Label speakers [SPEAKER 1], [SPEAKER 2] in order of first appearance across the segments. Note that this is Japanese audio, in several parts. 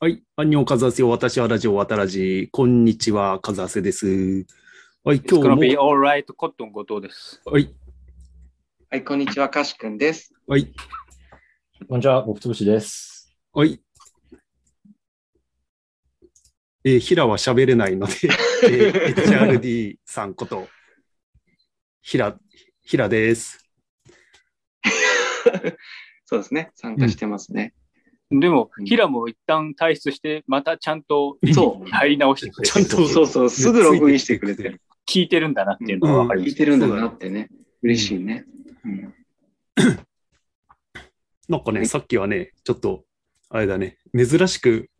[SPEAKER 1] はい。アンニョンカズアセよ。私はラジオ渡らじ。こんにちは、カズアセです。はい、
[SPEAKER 2] 今
[SPEAKER 1] 今
[SPEAKER 2] 日も。
[SPEAKER 1] 日
[SPEAKER 2] It's gonna be
[SPEAKER 1] も。
[SPEAKER 2] alright, コットン後藤です。
[SPEAKER 1] はい。
[SPEAKER 3] はい、こんにちは、かしくんです。
[SPEAKER 1] はい。
[SPEAKER 4] こんにちは、僕つぶしです。
[SPEAKER 1] はい。えー、ヒラは喋れないので、えー HRD さんこと、ヒラ、ヒラです。
[SPEAKER 3] そうですね、参加してますね。
[SPEAKER 2] でも
[SPEAKER 3] う、ん
[SPEAKER 2] ヒラも一旦退出して、またちゃんと
[SPEAKER 3] そ
[SPEAKER 2] 入り直してくれ
[SPEAKER 1] ちゃん
[SPEAKER 2] て、
[SPEAKER 1] と、
[SPEAKER 3] そうそう、すぐログインしてくれてる。
[SPEAKER 2] 聞いてるんだなっていうのが分かりま
[SPEAKER 3] 聞
[SPEAKER 2] し
[SPEAKER 3] いてるんだなってね、嬉しいね。うん
[SPEAKER 1] なんかね、さっきはね、ちょっと、あれだね、珍しく、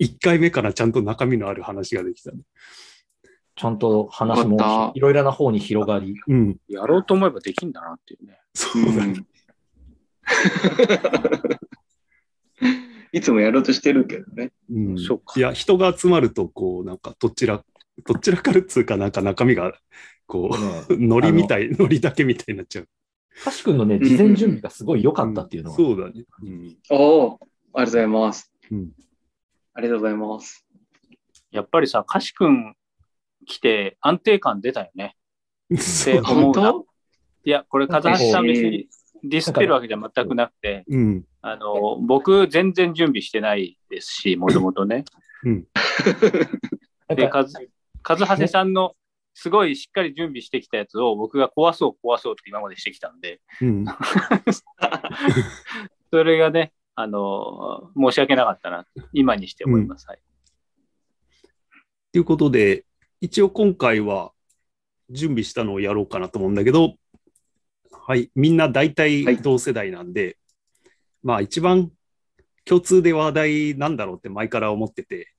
[SPEAKER 1] 1回目からちゃんと中身のある話ができた。
[SPEAKER 4] ちゃんと話
[SPEAKER 3] よかっ
[SPEAKER 4] も
[SPEAKER 3] た
[SPEAKER 4] いろいろな方に広がり、
[SPEAKER 1] うん。
[SPEAKER 2] た。やろうと思えばできんだなっていうね。
[SPEAKER 1] そうだね。
[SPEAKER 3] うん いつもやろうとしてるけどね。
[SPEAKER 1] うん
[SPEAKER 2] そうか
[SPEAKER 1] いや、人が集まると、こう、なんか、どちら、 どちらかるっつうかなんか中身が、こ
[SPEAKER 4] ね
[SPEAKER 1] う、ノリみたい、ノリだけみたいになっちゃう。
[SPEAKER 4] かしくんのね、事前準備がすごい良かったっていうのは、
[SPEAKER 1] そうだね。うん
[SPEAKER 3] おお、ありがとうございます。
[SPEAKER 1] うん
[SPEAKER 3] ありがとうございます。
[SPEAKER 2] やっぱりさ、カシ君来て安定感出たよね。
[SPEAKER 1] そう
[SPEAKER 2] あ思
[SPEAKER 3] 本
[SPEAKER 2] うな
[SPEAKER 3] 当
[SPEAKER 2] いや、これ、風橋さん別に
[SPEAKER 3] え
[SPEAKER 2] ディスってるわけじゃ全くなくて、
[SPEAKER 1] うん。
[SPEAKER 2] あの、僕、全然準備してないですし、もともとね。
[SPEAKER 4] な
[SPEAKER 2] で、
[SPEAKER 4] ん
[SPEAKER 2] か
[SPEAKER 4] か
[SPEAKER 2] ず、かずはせさんの、すごいしっかり準備してきたやつを僕が壊そう壊そうって今までしてきたんで、
[SPEAKER 1] うん。
[SPEAKER 2] それがね、あの、申し訳なかったな、今にして思います。はい
[SPEAKER 1] ということで、一応今回は準備したのをやろうかなと思うんだけど、はい、みんな大
[SPEAKER 3] はい
[SPEAKER 1] 体同世代なんで、まあ一番共通で話題なんだろうって前から思ってて、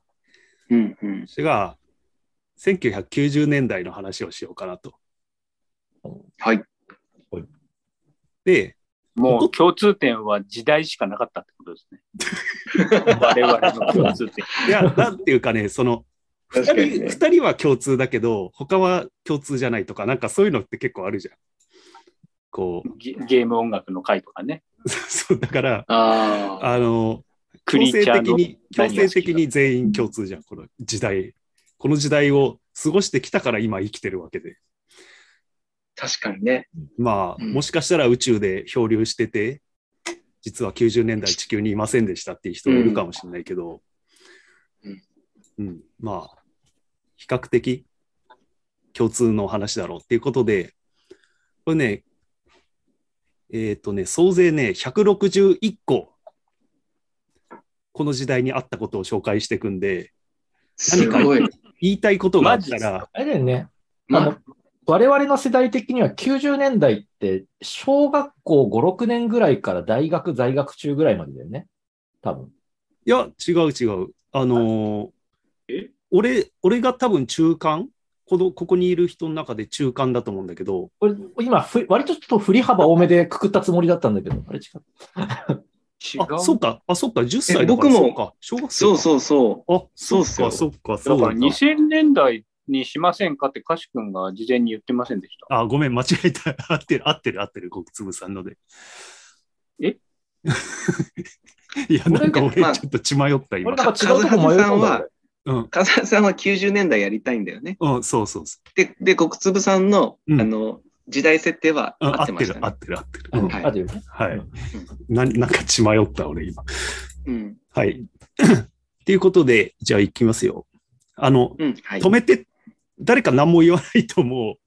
[SPEAKER 3] うんうん。
[SPEAKER 1] それが1990年代の話をしようかなと。
[SPEAKER 3] はい。
[SPEAKER 1] で、
[SPEAKER 2] もう共通点は時代しかなかったってことですね。 我々の共通点。
[SPEAKER 1] いや、なんていうかね、その、二
[SPEAKER 3] 確かに
[SPEAKER 1] 人
[SPEAKER 3] ね
[SPEAKER 1] 二人は共通だけど、他は共通じゃないとか、なんかそういうのって結構あるじゃん。こ
[SPEAKER 2] ゲゲーム音楽の回とかね。
[SPEAKER 1] う、 そうだから、
[SPEAKER 3] ああ。
[SPEAKER 1] あの、強
[SPEAKER 2] クリー
[SPEAKER 1] 制
[SPEAKER 2] チャー
[SPEAKER 1] 的
[SPEAKER 2] の
[SPEAKER 1] に、強
[SPEAKER 2] 何が好きだ
[SPEAKER 1] 制的に全員共通じゃん、この時代。この時代を過ごしてきたから今生きてるわけで。
[SPEAKER 3] 確かにね。
[SPEAKER 1] まあ、
[SPEAKER 3] うん
[SPEAKER 1] もしかしたら宇宙で漂流してて、実は90年代地球にいませんでしたっていう人もいるかもしれないけど、
[SPEAKER 3] うん
[SPEAKER 1] うん、まあ、比較的共通の話だろうっていうことで、これね、えっ、とね、総勢ね、161個、この時代にあったことを紹介していくんで、
[SPEAKER 3] すごい。
[SPEAKER 1] 言いたいことがあった
[SPEAKER 2] マジっす
[SPEAKER 1] ら
[SPEAKER 2] か、
[SPEAKER 4] あれだよね、あ
[SPEAKER 3] ま
[SPEAKER 4] の
[SPEAKER 3] あ、
[SPEAKER 4] 我々の世代的には90年代って、小学校5、6年ぐらいから大学在学中ぐらいまでだよね、多分。
[SPEAKER 1] いや、違う違う。あのー
[SPEAKER 2] え
[SPEAKER 1] 俺、俺が多分中間この、ここにいる人の中で中間だと思うんだけど、
[SPEAKER 4] これ今ふ、割とちょっと振り幅多めでくくったつもりだったんだけど、あれ違う。
[SPEAKER 2] 違
[SPEAKER 1] あ、そうか、あ、そうか、10歳だから
[SPEAKER 3] え僕も
[SPEAKER 1] そうか、小学生
[SPEAKER 3] そう
[SPEAKER 1] か。
[SPEAKER 3] そうそう。
[SPEAKER 1] う。あ、そ
[SPEAKER 3] そう
[SPEAKER 1] う
[SPEAKER 3] っすよ
[SPEAKER 1] か、そうか、そ
[SPEAKER 2] だ
[SPEAKER 1] う
[SPEAKER 2] か
[SPEAKER 1] だ
[SPEAKER 2] ら2000年代にしませんかって、カシ君が事前に言ってませんでした。
[SPEAKER 1] あ、ごめん、間違えた。 合ってる、合ってる、合ってる、ごくつぶさんので。
[SPEAKER 2] え
[SPEAKER 1] いや、なんか俺、ち
[SPEAKER 3] ま
[SPEAKER 1] ょ
[SPEAKER 3] あ
[SPEAKER 1] っと血迷った、今
[SPEAKER 4] 俺。なんか違うとこ迷い込んだよ
[SPEAKER 1] うん、
[SPEAKER 3] 笠原さんは90年代やりたいんだよね。
[SPEAKER 1] うん、そうそうそう。
[SPEAKER 3] で、で、国粒さんの、
[SPEAKER 1] うん
[SPEAKER 3] あの、時代設定は
[SPEAKER 1] うん
[SPEAKER 3] 合
[SPEAKER 1] 合
[SPEAKER 3] っ
[SPEAKER 1] って
[SPEAKER 3] ま
[SPEAKER 1] てる
[SPEAKER 3] した、
[SPEAKER 1] 合
[SPEAKER 3] ね。
[SPEAKER 1] ってる、合ってる。
[SPEAKER 4] 俺
[SPEAKER 1] うん
[SPEAKER 4] あ
[SPEAKER 3] はい
[SPEAKER 4] だよね。
[SPEAKER 1] はい。ななんか血迷った、俺、今。
[SPEAKER 3] うん。
[SPEAKER 1] はい。 ということで、じゃあ行きますよ。あの、
[SPEAKER 3] うん。はい
[SPEAKER 1] 止。めて、誰か何も言わないともう、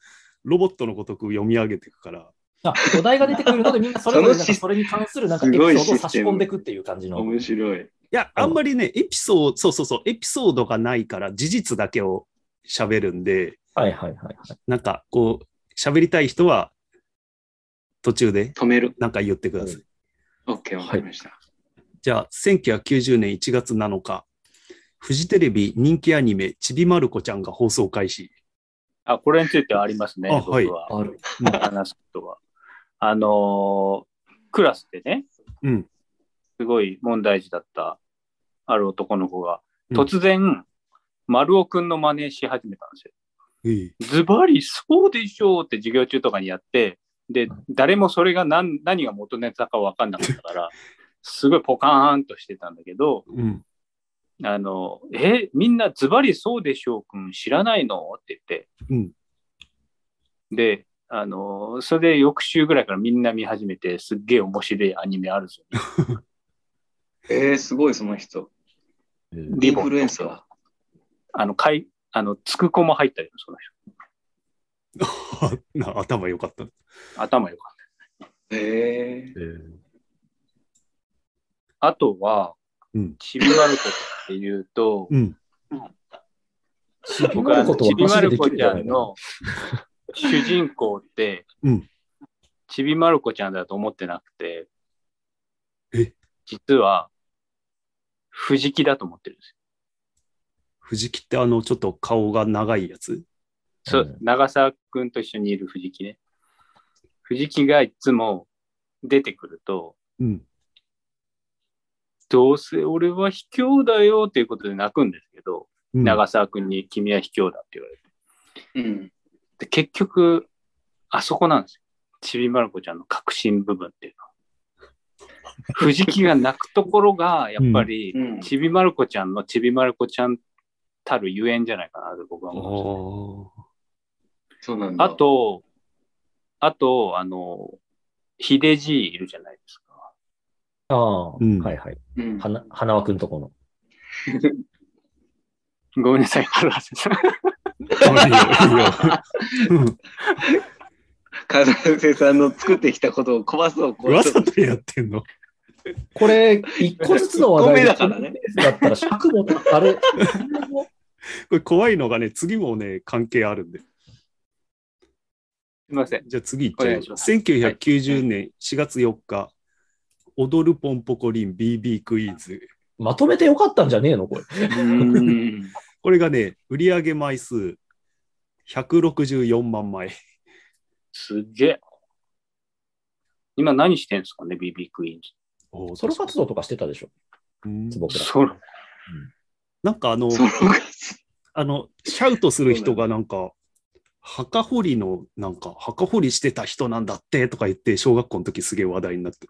[SPEAKER 1] ロボットのごとく読み上げていくから、
[SPEAKER 4] あお題が出てくるので、みんなそれぞれなん
[SPEAKER 3] そのシ
[SPEAKER 4] か
[SPEAKER 3] ス
[SPEAKER 4] それに関するなんか
[SPEAKER 3] す
[SPEAKER 4] エピソ
[SPEAKER 3] ごい
[SPEAKER 4] ードを
[SPEAKER 3] シ
[SPEAKER 4] 差
[SPEAKER 3] ステ
[SPEAKER 4] し
[SPEAKER 3] ム
[SPEAKER 4] 込んでいくっていう感じの。
[SPEAKER 3] 面白い。
[SPEAKER 1] いや、あんまりね、エピソード、そうそうそう、エピソードがないから、事実だけを喋るんで、
[SPEAKER 4] はいはいはい。
[SPEAKER 1] なんか、こう、喋りたい人は、途中で、
[SPEAKER 3] 止める。
[SPEAKER 1] なんか言ってください。
[SPEAKER 3] OK、わかりました。
[SPEAKER 1] じゃあ、1990年1月7日、フジテレビ人気アニメ、ちびまる子ちゃんが放送開始。
[SPEAKER 2] あ、これについてはありますね、
[SPEAKER 1] あ
[SPEAKER 2] 僕
[SPEAKER 1] はい
[SPEAKER 2] は。
[SPEAKER 4] ある。
[SPEAKER 2] 話すことは。あのークラスでね、
[SPEAKER 1] うん
[SPEAKER 2] すごい問題児だった、ある男の子が、
[SPEAKER 1] うん
[SPEAKER 2] 突然、丸尾くんの真似し始めたんですよ。
[SPEAKER 1] え
[SPEAKER 2] ズバリそうでしょうって授業中とかにやって、で、誰もそれが何何 が元ネタか分かんなかったから、すごいポカーンとしてたんだけど、
[SPEAKER 1] うん。
[SPEAKER 2] あの、え、みんなズバリそうでしょうくん知らないのって言って。
[SPEAKER 1] うん
[SPEAKER 2] で、あの、それで翌週ぐらいからみんな見始めて、すっげえ面白いアニメあるぞ。
[SPEAKER 3] えー、すごい、その人。
[SPEAKER 4] えー
[SPEAKER 2] リ
[SPEAKER 3] イン
[SPEAKER 2] ボン
[SPEAKER 3] フルエンサー。
[SPEAKER 2] あの、かい、あの、つくこも入ったりもその
[SPEAKER 1] な頭良かった。
[SPEAKER 2] 人。頭よかっ
[SPEAKER 3] えー、
[SPEAKER 4] えー
[SPEAKER 2] た。あとは、
[SPEAKER 1] うん
[SPEAKER 2] ちびまる子っていうと、
[SPEAKER 1] うん。
[SPEAKER 2] 僕はあのち
[SPEAKER 4] ち
[SPEAKER 2] び
[SPEAKER 4] び
[SPEAKER 2] ま
[SPEAKER 4] ま
[SPEAKER 2] る
[SPEAKER 4] る
[SPEAKER 2] 子
[SPEAKER 4] 子
[SPEAKER 2] ち
[SPEAKER 4] ち
[SPEAKER 2] ゃ
[SPEAKER 4] ゃ
[SPEAKER 2] ん
[SPEAKER 4] ん
[SPEAKER 2] の
[SPEAKER 4] の
[SPEAKER 2] 主人公って、
[SPEAKER 1] うん
[SPEAKER 2] ちびまる子ちゃんだと思ってなくて、
[SPEAKER 1] え
[SPEAKER 2] 実は、藤木だと思ってるんです
[SPEAKER 1] 藤木ってあの、ちょっと顔が長いやつ。
[SPEAKER 2] よ。
[SPEAKER 4] う
[SPEAKER 2] そ
[SPEAKER 4] ん
[SPEAKER 2] う長澤くんと一緒にいる藤木ね。藤木がいつも出てくると、
[SPEAKER 1] うん。
[SPEAKER 2] どうせ俺は卑怯だよということで泣くんですけど、
[SPEAKER 1] うん、
[SPEAKER 2] 長澤くんに君は卑怯だって言われて
[SPEAKER 3] うん。
[SPEAKER 2] で、結局、あそこなんですよ。ちびまる子ちゃんの核心部分っていうのは。藤木が泣くところが、やっぱり、
[SPEAKER 3] うん。
[SPEAKER 2] ちびまる子ちゃんのちびまる子ちゃんたるゆえんじゃないかなと僕は
[SPEAKER 1] あ
[SPEAKER 2] 思うんです
[SPEAKER 1] ー
[SPEAKER 2] よね
[SPEAKER 3] そうなんだ。
[SPEAKER 2] あ、と、あと、あの、秀じいいるじゃないですか。
[SPEAKER 4] ああ、
[SPEAKER 1] うん
[SPEAKER 4] はいはい。
[SPEAKER 3] うん、
[SPEAKER 4] はな、花輪くんとこの。
[SPEAKER 2] ごめんなさい、春日 さん。
[SPEAKER 1] あいいよいいようん
[SPEAKER 3] 風瀬さんの作ってきたことを壊そう、壊
[SPEAKER 1] わ
[SPEAKER 3] そう
[SPEAKER 1] ざ。とやってんの
[SPEAKER 4] これ、一個ずつの話題で
[SPEAKER 3] ツッコミだからね。
[SPEAKER 4] だったら尺も、あれ、
[SPEAKER 1] これ怖いのがね、次もね、関係あるんで。
[SPEAKER 2] すいません。
[SPEAKER 1] じゃあ次いっちゃ
[SPEAKER 2] お
[SPEAKER 1] い
[SPEAKER 2] 願
[SPEAKER 1] ま
[SPEAKER 2] いし
[SPEAKER 1] しょう。
[SPEAKER 2] ま
[SPEAKER 1] 1990年4月4日、踊るポンポコリン BB クイーンズ。
[SPEAKER 4] まとめてよかったんじゃねえのこれ。
[SPEAKER 3] うん。
[SPEAKER 1] これがね、売上枚数164万枚。
[SPEAKER 2] すっげえ。今何してんすかね、BB クイーン
[SPEAKER 1] おー
[SPEAKER 4] ソロ活動とかしてたでしょ、
[SPEAKER 1] うん
[SPEAKER 4] 坪
[SPEAKER 2] ズ。
[SPEAKER 4] 倉。
[SPEAKER 2] そう
[SPEAKER 1] なんかあの、
[SPEAKER 3] ソロ活
[SPEAKER 1] あの、シャウトする人がなんか、墓掘りの、なんか、墓掘りしてた人なんだってとか言って、小学校の時すげえ話題になって、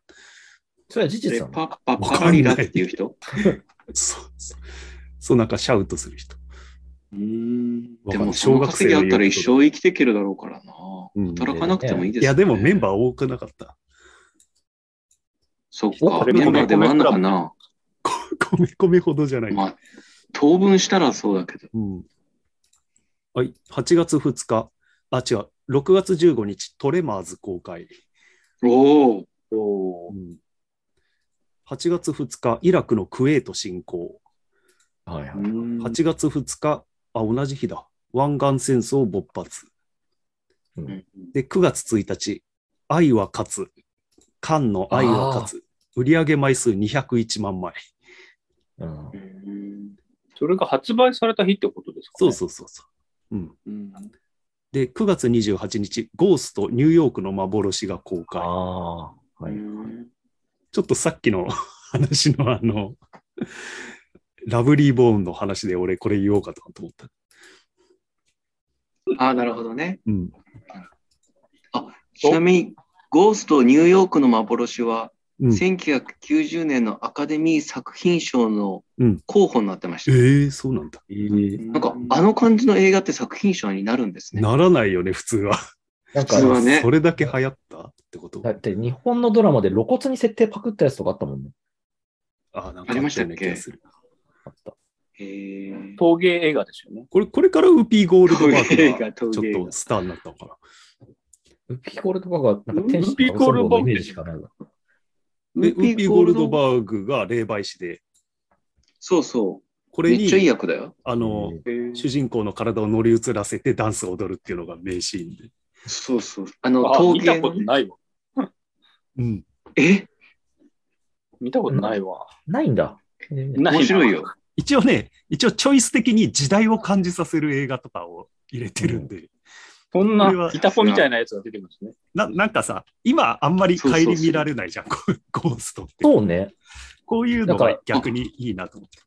[SPEAKER 4] それは事
[SPEAKER 3] 動
[SPEAKER 4] 実なの
[SPEAKER 3] パパパパリラっていう人
[SPEAKER 1] そう、そう、そうなんかシャウトする人。
[SPEAKER 3] うん。
[SPEAKER 1] わかん
[SPEAKER 3] で
[SPEAKER 1] ない
[SPEAKER 3] も、その稼ぎあったら一
[SPEAKER 1] 小
[SPEAKER 3] 生生きていけるだろうからな。
[SPEAKER 1] うん
[SPEAKER 3] 働かなくてもいいです、
[SPEAKER 1] いや、でもメン
[SPEAKER 3] ー。
[SPEAKER 1] バー多くなかった。
[SPEAKER 3] そっ
[SPEAKER 4] お
[SPEAKER 3] か、メンバーでもあんのかな。
[SPEAKER 1] こ 米米ほどじゃない。
[SPEAKER 3] まあ、当分したらそうだけど。
[SPEAKER 1] うん。はい、8月2日、あ、違う、6月15日、トレマーズ公開。
[SPEAKER 3] おお。
[SPEAKER 2] お
[SPEAKER 1] う
[SPEAKER 2] ー
[SPEAKER 1] ん、8月2日、イラクのクエート侵攻。
[SPEAKER 4] はいは
[SPEAKER 3] う
[SPEAKER 4] い。
[SPEAKER 3] ん
[SPEAKER 1] 8月2日、あ、同じ日だ。湾岸戦争勃発。
[SPEAKER 4] うん
[SPEAKER 1] で、9月1日、愛は勝つ。カンの愛は勝つ。売上枚数201万枚。
[SPEAKER 4] うん
[SPEAKER 3] うん
[SPEAKER 2] それが発売された日ってことですか
[SPEAKER 1] そ
[SPEAKER 2] ね
[SPEAKER 1] うそうそうそう。うん。
[SPEAKER 2] うん
[SPEAKER 1] で、9月28日、ゴースト、ニューヨークの幻が公
[SPEAKER 4] あ
[SPEAKER 1] 開。
[SPEAKER 4] あ、はい。
[SPEAKER 1] ちょっとさっきの 話のあの、ラブリーボーンの話で俺これ言おうかと思った。
[SPEAKER 3] ああ、なるほどね。
[SPEAKER 1] うん。
[SPEAKER 3] ちなみに、ゴーストニューヨークの幻は、
[SPEAKER 1] うん、え
[SPEAKER 3] 1990年のアカデミー作品賞の
[SPEAKER 1] うん
[SPEAKER 3] 候補になってまし
[SPEAKER 1] え
[SPEAKER 3] た。
[SPEAKER 1] そうなんだ。
[SPEAKER 3] なんか、あの感じの映画って作品賞になるんですね。
[SPEAKER 1] ならないよね、普通は。
[SPEAKER 4] なん
[SPEAKER 3] 普通
[SPEAKER 4] か、
[SPEAKER 3] はね
[SPEAKER 1] それだけ流行ったってこと
[SPEAKER 4] だって日本のドラマで露骨に設定パクったやつとかあったもんね。
[SPEAKER 1] あ、なん
[SPEAKER 3] ありましたっけ
[SPEAKER 1] あような気がする
[SPEAKER 4] あった。
[SPEAKER 3] へー
[SPEAKER 2] 陶芸映画ですよね。
[SPEAKER 1] これ、これからウーピーゴールドバ
[SPEAKER 3] 陶芸
[SPEAKER 1] ーグ
[SPEAKER 3] が
[SPEAKER 1] がちょ
[SPEAKER 3] 陶
[SPEAKER 1] っ
[SPEAKER 3] 芸が
[SPEAKER 1] とスターになったのかな。
[SPEAKER 4] ウッピーコールドバーグは、なんか天
[SPEAKER 2] ウッ
[SPEAKER 4] 使
[SPEAKER 2] ピーコールドバーグ
[SPEAKER 4] のイメージしかないわ。
[SPEAKER 1] で、ウーピーゴールドバーグが霊媒師で、
[SPEAKER 3] そうそ
[SPEAKER 1] こ
[SPEAKER 3] う。
[SPEAKER 1] れ
[SPEAKER 3] めっちゃいい
[SPEAKER 1] に、
[SPEAKER 3] 役だよ。
[SPEAKER 1] あの、
[SPEAKER 4] えー
[SPEAKER 1] 主人公の体を乗り移らせてダンスを踊るっていうのが名シーンで。
[SPEAKER 3] そうそう。あの、
[SPEAKER 2] あ
[SPEAKER 3] 陶
[SPEAKER 2] 見た
[SPEAKER 3] 芸
[SPEAKER 2] こ
[SPEAKER 3] の
[SPEAKER 2] と
[SPEAKER 3] ね。
[SPEAKER 2] ないわ。
[SPEAKER 1] うん。
[SPEAKER 3] え
[SPEAKER 2] 見たことないわ。
[SPEAKER 4] ないんだ。えー
[SPEAKER 2] ないな
[SPEAKER 3] 面白いよ。。
[SPEAKER 1] 一応ね、一応チョイス的に時代を感じさせる映画とかを入れてるんで、
[SPEAKER 2] そん
[SPEAKER 1] これは
[SPEAKER 2] な、イタコみたいなやつが出てますね。
[SPEAKER 1] ななんかさ、今あんまり顧みられないじゃん、こういうゴーストって。
[SPEAKER 4] そうね。
[SPEAKER 1] こういうの
[SPEAKER 4] なん
[SPEAKER 1] が
[SPEAKER 4] か
[SPEAKER 1] 逆にいいなと思って。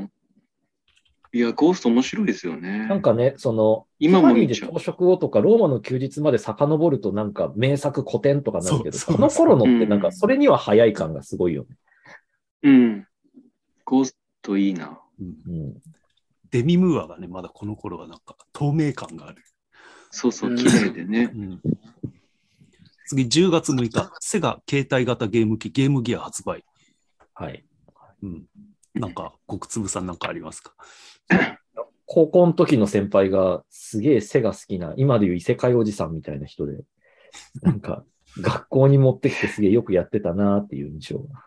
[SPEAKER 3] うん。いや、ゴースト面白いですよね。
[SPEAKER 4] なんかね、その、
[SPEAKER 3] 今も
[SPEAKER 4] ティファ
[SPEAKER 3] 見
[SPEAKER 4] ニー
[SPEAKER 3] ちゃ
[SPEAKER 4] で
[SPEAKER 3] う。
[SPEAKER 4] 朝食をとか、ローマの休日まで遡ると、なんか名作古典とかなるけ
[SPEAKER 1] そ
[SPEAKER 4] ど、
[SPEAKER 1] うそう
[SPEAKER 4] この頃のって、なん
[SPEAKER 3] う
[SPEAKER 4] か
[SPEAKER 3] ん
[SPEAKER 4] それには早い感がすごいよね。
[SPEAKER 3] うん。ゴースといいな。
[SPEAKER 4] うん。
[SPEAKER 1] デミムーアがね、まだこの頃はなんか透明感がある。
[SPEAKER 3] そうそうう、
[SPEAKER 2] ん
[SPEAKER 3] 綺麗でね。
[SPEAKER 1] うん次、10月6日、セガ携帯型ゲーム機、ゲームギア発売。
[SPEAKER 4] はい。
[SPEAKER 1] うん、なんか、国粒さんなんかありますか
[SPEAKER 4] 高校の時の先輩がすげえ背が好きな、今でいう異世界おじさんみたいな人で、なんか 学校に持ってきてすげえよくやってたなっていう印象が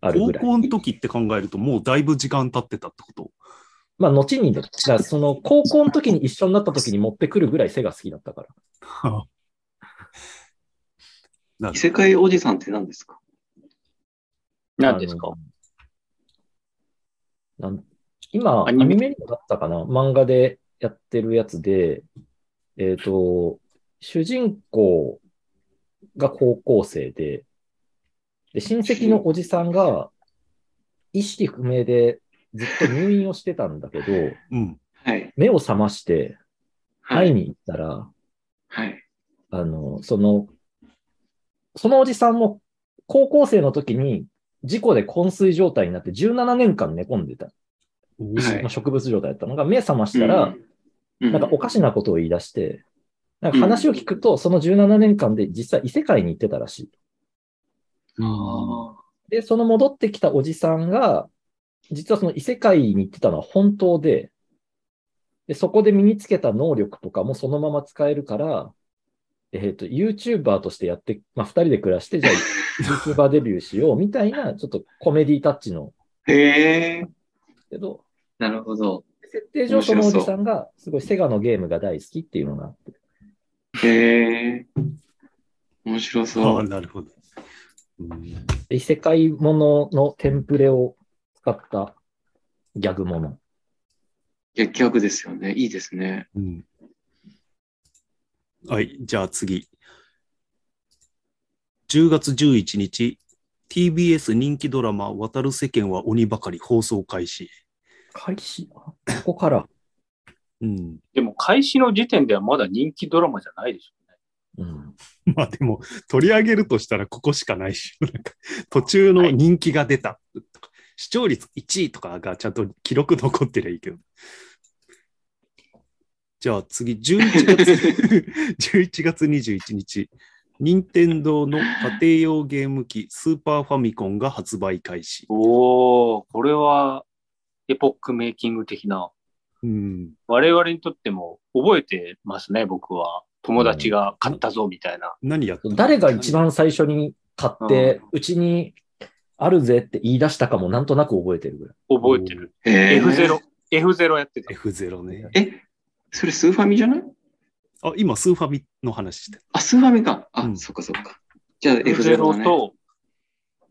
[SPEAKER 4] ある
[SPEAKER 1] 高
[SPEAKER 4] ぐらい。
[SPEAKER 1] 校の時って考えると、もうだいぶ時間経ってたってこと
[SPEAKER 4] まあ後にね、だからその高校の時に一緒になった時に持ってくるぐらい背が好きだったから。
[SPEAKER 1] な
[SPEAKER 3] 異
[SPEAKER 1] る
[SPEAKER 3] 世界おじさんって何ですか
[SPEAKER 2] 何ですか
[SPEAKER 4] あのなん今、ア
[SPEAKER 2] ア
[SPEAKER 4] ニ
[SPEAKER 2] ニメ
[SPEAKER 4] メにもなったかな漫画でやってるやつで、えっ、と、主人公が高校生で、で、親戚のおじさんが意識不明でずっと入院をしてたんだけど、
[SPEAKER 1] うん。
[SPEAKER 3] はい。
[SPEAKER 4] 目を覚まして
[SPEAKER 3] は
[SPEAKER 4] 会い
[SPEAKER 3] い。
[SPEAKER 4] に行ったら、
[SPEAKER 3] はい。
[SPEAKER 4] あの、その、そのおじさんも高校生の時に事故で昏睡状態になって17年間寝込んでた。
[SPEAKER 3] はい
[SPEAKER 4] まあ、植物状態だったのが、目覚ましたら、
[SPEAKER 3] うん、
[SPEAKER 4] なんかおかしなことを言い出して、なんか話を聞くと、その17年間で実際異世界に行ってたらしい。
[SPEAKER 3] あ
[SPEAKER 4] で、その戻ってきたおじさんが、実はその異世界に行ってたのは本当で、でそこで身につけた能力とかもそのまま使えるから、えっ、と、YouTuber としてやって、まあ、二人で暮らして、じゃあ YouTuber デビューしようみたいな、ちょっとコメディタッチの、
[SPEAKER 3] ーへえ。
[SPEAKER 4] けど、
[SPEAKER 3] なるほど。
[SPEAKER 4] 設定上そのおじさんが、すごいセガのゲームが大好きっていうのがあって、
[SPEAKER 3] へえ。面白
[SPEAKER 1] あ
[SPEAKER 3] そ
[SPEAKER 1] あ、
[SPEAKER 3] う。
[SPEAKER 1] なるほど。うん
[SPEAKER 4] 異世界もののテンプレを使ったギャグもの。
[SPEAKER 3] 逆逆ですよね。いいですね。
[SPEAKER 1] うんはい、じゃあ次。10月11日、TBS 人気ドラマ、渡る世間は鬼ばかり放送開始。
[SPEAKER 4] 開始ここから。
[SPEAKER 1] うん。
[SPEAKER 2] でも開始の時点ではまだ人気ドラマじゃないでしょ
[SPEAKER 4] うん。
[SPEAKER 1] まあでも、取り上げるとしたらここしかないし、 なんか途中の人気が出たとか、視聴率1位とかがちゃんと記録残ってりゃいいけど。じゃあ次、11月 11月21日、任天堂の家庭用ゲーム機スーパーファミコンが発売開始。
[SPEAKER 2] おおこれはエポックメイキング的な。
[SPEAKER 1] うん、
[SPEAKER 2] 我々にとっても覚えてますね、僕は。友達が買ったぞ、みたいな。
[SPEAKER 1] 何やったの
[SPEAKER 4] 誰が一番最初に買って、うちにあるぜって言い出したかもなんとなく覚えてるぐらい。
[SPEAKER 2] 覚えてる。
[SPEAKER 3] へえ。
[SPEAKER 2] F0。。F0 やってた。
[SPEAKER 1] F0 ね。
[SPEAKER 3] え、それスーファミじゃない
[SPEAKER 1] あ、今、スーファミの話してる。
[SPEAKER 3] あ、スーファミか。あ、
[SPEAKER 1] うん
[SPEAKER 3] そっかそっか。じゃあ F0 だ
[SPEAKER 2] F0
[SPEAKER 3] ね。
[SPEAKER 2] と、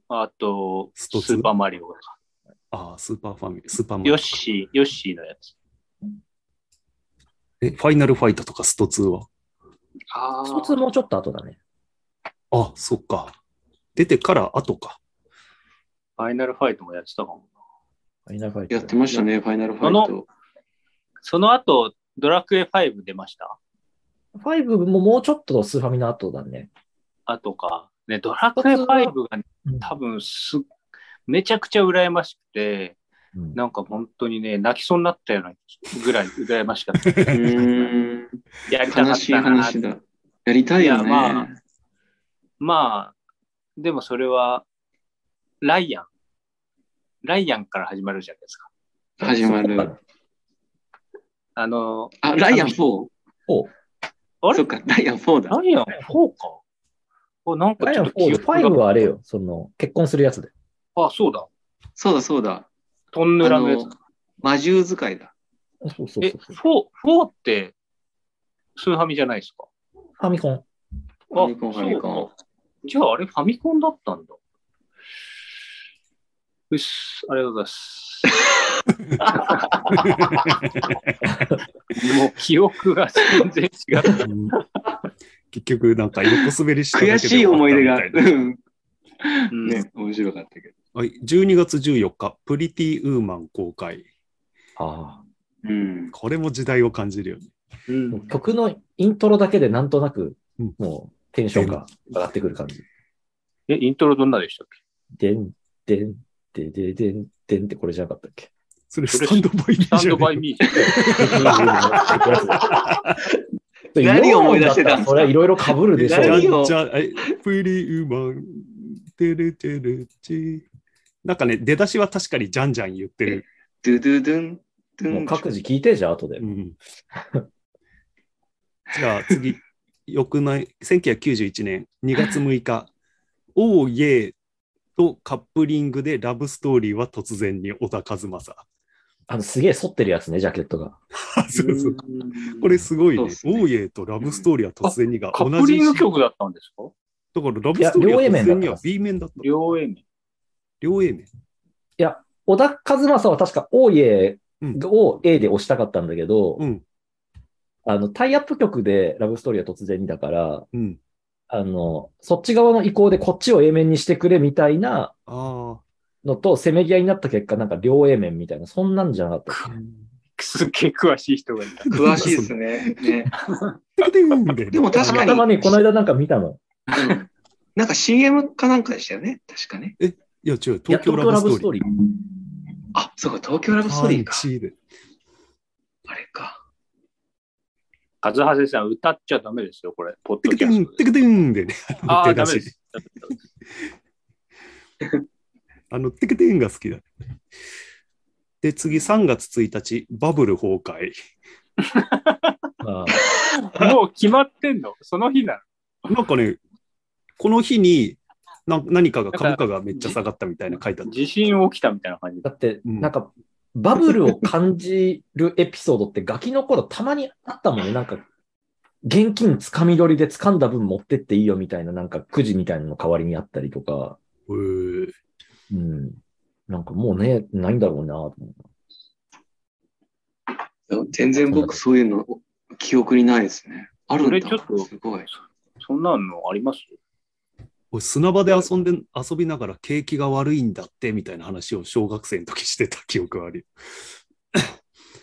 [SPEAKER 2] あと、
[SPEAKER 1] ス
[SPEAKER 2] ス
[SPEAKER 1] トツ
[SPEAKER 2] ーパーマリオ。
[SPEAKER 1] あー、スーパーファミ、スーパーマリオ
[SPEAKER 2] ヨッシー、ヨッシーのやつ。
[SPEAKER 1] え、ファイナルファイトとかスト2は
[SPEAKER 2] あ
[SPEAKER 4] 一つもうちょっと後だね。
[SPEAKER 1] あ、そっか。出てから後か。
[SPEAKER 2] ファイナルファイトもやってたかも。
[SPEAKER 4] ファイナルファイト
[SPEAKER 3] やってましたね、ファイナルファイト。
[SPEAKER 2] その後、ドラクエ5出ました。
[SPEAKER 4] ファイブももうちょっとスーファミの後だね。
[SPEAKER 2] あとか。ね、ドラクエ5がね
[SPEAKER 4] うん
[SPEAKER 2] 多分すっ、めちゃくちゃ羨ましくて、
[SPEAKER 4] うん
[SPEAKER 2] なんか本当にね、泣きそうになったようなぐらい羨ましか った。
[SPEAKER 3] うーん。
[SPEAKER 2] やりたか
[SPEAKER 3] 悲
[SPEAKER 2] っ
[SPEAKER 3] しい
[SPEAKER 2] たな
[SPEAKER 3] 話。だ。やりたいよ
[SPEAKER 2] いやまあ
[SPEAKER 3] ね。
[SPEAKER 2] まあ、でもそれは、ライアン。ライアンから始まるじゃないですか。
[SPEAKER 3] 始ま
[SPEAKER 4] そっ
[SPEAKER 3] る。
[SPEAKER 4] か
[SPEAKER 2] あの、
[SPEAKER 3] あ、ライアン 4?
[SPEAKER 4] お
[SPEAKER 2] あれ
[SPEAKER 3] そっか、ライアン4だ。
[SPEAKER 2] ライアン4か。おなんか
[SPEAKER 4] ライ
[SPEAKER 2] ち
[SPEAKER 4] ア
[SPEAKER 2] ょ
[SPEAKER 4] ン
[SPEAKER 2] っ
[SPEAKER 4] フ
[SPEAKER 2] と
[SPEAKER 4] ォー
[SPEAKER 2] 記
[SPEAKER 4] ル
[SPEAKER 2] 憶
[SPEAKER 4] フ
[SPEAKER 2] が
[SPEAKER 4] ァイブはあれよ。その、結婚するやつで。
[SPEAKER 2] あ、そうだ。
[SPEAKER 3] そうだそうだ。
[SPEAKER 2] トンヌラのやつ
[SPEAKER 3] あ。の魔獣使いだ。
[SPEAKER 4] そうそう
[SPEAKER 2] え、
[SPEAKER 4] そうそう。フ
[SPEAKER 2] 4、4って、スーハミじゃないですか。
[SPEAKER 4] ァミコン。
[SPEAKER 3] ファミコン、ファミコ
[SPEAKER 2] ン。じゃああれファミコンだったんだ。うっす、ありがとうございます。もう記憶が全然違う。
[SPEAKER 1] 結局、なんか横滑りし
[SPEAKER 3] ン。
[SPEAKER 1] ただけ
[SPEAKER 3] 悔
[SPEAKER 1] で
[SPEAKER 3] しい思い出が。
[SPEAKER 1] 終わったみたいな
[SPEAKER 2] うん
[SPEAKER 3] うんね、面白かったけど。
[SPEAKER 1] はい、12月14日、プリティウーマン公開。
[SPEAKER 4] あ
[SPEAKER 3] うん。
[SPEAKER 1] これも時代を感じるよね。
[SPEAKER 2] うん
[SPEAKER 4] あ。曲のイントロだけでなんとなく
[SPEAKER 1] うん、
[SPEAKER 4] もうテンションが上がってくる感じ。
[SPEAKER 2] え、イントロどんなでしたっ
[SPEAKER 4] でん、でん、でででん、点ってこれじゃなかったっけ
[SPEAKER 1] それスタンドバイミー
[SPEAKER 2] スタ
[SPEAKER 1] じゃ
[SPEAKER 2] ンドバ
[SPEAKER 1] な
[SPEAKER 2] イ
[SPEAKER 1] い
[SPEAKER 2] ミーじゃん。
[SPEAKER 3] 何を思い出してたんですか
[SPEAKER 4] それはいろいろ被るでし
[SPEAKER 1] じゃ
[SPEAKER 4] ょ
[SPEAKER 3] 何
[SPEAKER 1] ん
[SPEAKER 4] う。
[SPEAKER 3] を
[SPEAKER 1] じゃんえプリウマン、てるてるち。なんかね、出だしは確かにじゃんじゃん言ってる。
[SPEAKER 3] ドゥドゥドゥン、ド
[SPEAKER 4] もう
[SPEAKER 3] ゥ
[SPEAKER 4] 各
[SPEAKER 3] ン。
[SPEAKER 4] 自聞いて、じゃあ後で
[SPEAKER 1] う。ん、 じゃあ次、よくない、1991年2月6日、 おーイエーとカップリングでラブストーリーは突然に小田和正。
[SPEAKER 4] あの、すげえ反ってるやつね、ジャケットが。
[SPEAKER 1] そうそうこれすごいね。
[SPEAKER 3] そう
[SPEAKER 1] オ
[SPEAKER 3] っすね
[SPEAKER 1] ーイエとラブストーリーは突然にが
[SPEAKER 2] カ
[SPEAKER 1] 同
[SPEAKER 2] ップ
[SPEAKER 1] じ
[SPEAKER 2] リング
[SPEAKER 1] し。
[SPEAKER 2] 曲だったんですか
[SPEAKER 1] だからラブストーリーは突然に
[SPEAKER 4] いや両 A 面だ
[SPEAKER 1] は
[SPEAKER 4] った
[SPEAKER 1] B 面だった。
[SPEAKER 2] 両 A 面。
[SPEAKER 1] 両 A 面。
[SPEAKER 4] 小田和正は確か、おいえ
[SPEAKER 1] うん
[SPEAKER 4] を A で押したかったんだけど、
[SPEAKER 1] うん。
[SPEAKER 4] あの、タイアップ曲でラブストーリーは突然にだから、
[SPEAKER 1] うん。
[SPEAKER 4] あの、そっち側の意向でこっちを A 面にしてくれみたいな
[SPEAKER 1] あ
[SPEAKER 4] のと、せめぎ合いになった結果、なんか両 A 面みたいな、そんなんじゃなかった。
[SPEAKER 1] あ。
[SPEAKER 2] すっげえ詳しい人がいた。
[SPEAKER 3] 詳しいですね。ねで
[SPEAKER 1] で
[SPEAKER 3] も確かに
[SPEAKER 4] たまたまね、この間なんか見たの。
[SPEAKER 3] うんなんか CM かなんかでしたよね。確かね。
[SPEAKER 1] いや、違う、
[SPEAKER 4] いや
[SPEAKER 1] 東京ラブストーリー。
[SPEAKER 4] 東京リー。
[SPEAKER 3] あ、そうか、東京ラブストーリー
[SPEAKER 1] パ
[SPEAKER 3] か。
[SPEAKER 1] ンチで
[SPEAKER 3] あれか。
[SPEAKER 2] カズハセさん、歌っちゃダメですよ、これ。ポッ
[SPEAKER 1] テ
[SPEAKER 2] ド
[SPEAKER 1] ク
[SPEAKER 2] キ
[SPEAKER 1] テ
[SPEAKER 2] ャス
[SPEAKER 1] ン、
[SPEAKER 2] ト
[SPEAKER 1] テ
[SPEAKER 2] で。
[SPEAKER 1] クテンでね。
[SPEAKER 2] あ
[SPEAKER 1] の
[SPEAKER 2] あ、
[SPEAKER 1] 出
[SPEAKER 2] ダ
[SPEAKER 1] だ
[SPEAKER 2] メ
[SPEAKER 1] し
[SPEAKER 2] です。ダメです
[SPEAKER 1] あの、テクテンが好きだ。で、次、3月1日、バブル崩壊。
[SPEAKER 4] まあ、
[SPEAKER 2] もう決まってんのその日なの
[SPEAKER 1] なんかね、この日に、な何かが株価がめっちゃ下がったみたいな書いてあった。
[SPEAKER 2] 地震起きたみたいな感じ
[SPEAKER 4] だって、
[SPEAKER 1] うん
[SPEAKER 4] なんか、バブルを感じるエピソードってガキの頃たまにあったもんね。なんか、現金つかみ取りで掴んだ分持ってっていいよみたいな、なんかくじみたいなの代わりにあったりとか、
[SPEAKER 1] へー
[SPEAKER 4] うん。なんかもうね、ないんだろうなと思う。
[SPEAKER 3] 全然僕そういうの記憶にないですね。あるん
[SPEAKER 2] それ
[SPEAKER 3] だ
[SPEAKER 2] ちょっ。と
[SPEAKER 3] すごい。
[SPEAKER 2] そんなのあります
[SPEAKER 1] 俺砂場で遊んで、遊びながら景気が悪いんだって、みたいな話を小学生の時してた記憶がある。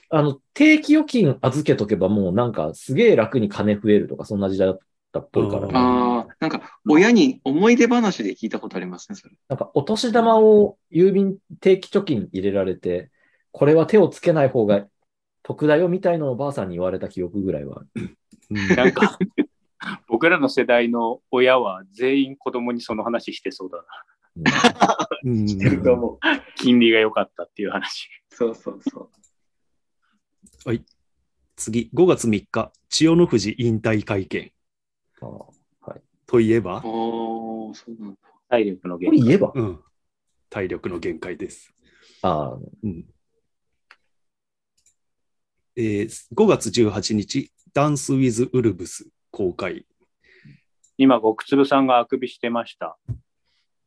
[SPEAKER 4] あの、定期預金預けとけばもうなんかすげえ楽に金増えるとか、そんな時代だったっぽいから、
[SPEAKER 1] うん
[SPEAKER 3] ああ、なんか親に思い出話で聞いたことありますね、それ。
[SPEAKER 4] なんかお年玉を郵便定期貯金入れられて、これは手をつけない方が得だよみたいのをばあさんに言われた記憶ぐらいはある。
[SPEAKER 1] うん
[SPEAKER 2] なんか、僕らの世代の親は全員子供にその話してそうだな。
[SPEAKER 4] うん
[SPEAKER 1] うん
[SPEAKER 3] してると思う。
[SPEAKER 2] 金利が良かったっていう話。
[SPEAKER 3] そうそうそう。
[SPEAKER 1] 次、5月3日、千代の富士引退会見
[SPEAKER 4] ああ
[SPEAKER 1] といえば、
[SPEAKER 3] おー、そうなんだ。
[SPEAKER 2] 体力の
[SPEAKER 4] こ
[SPEAKER 2] 限
[SPEAKER 4] れ
[SPEAKER 2] 界。
[SPEAKER 4] 言えば、
[SPEAKER 1] うん、体力の限界です。
[SPEAKER 4] ああ、
[SPEAKER 1] うんえー5月18日、ダンス・ウィズ・ウルブス公開。
[SPEAKER 2] 今、極粒さんがあくびしてました。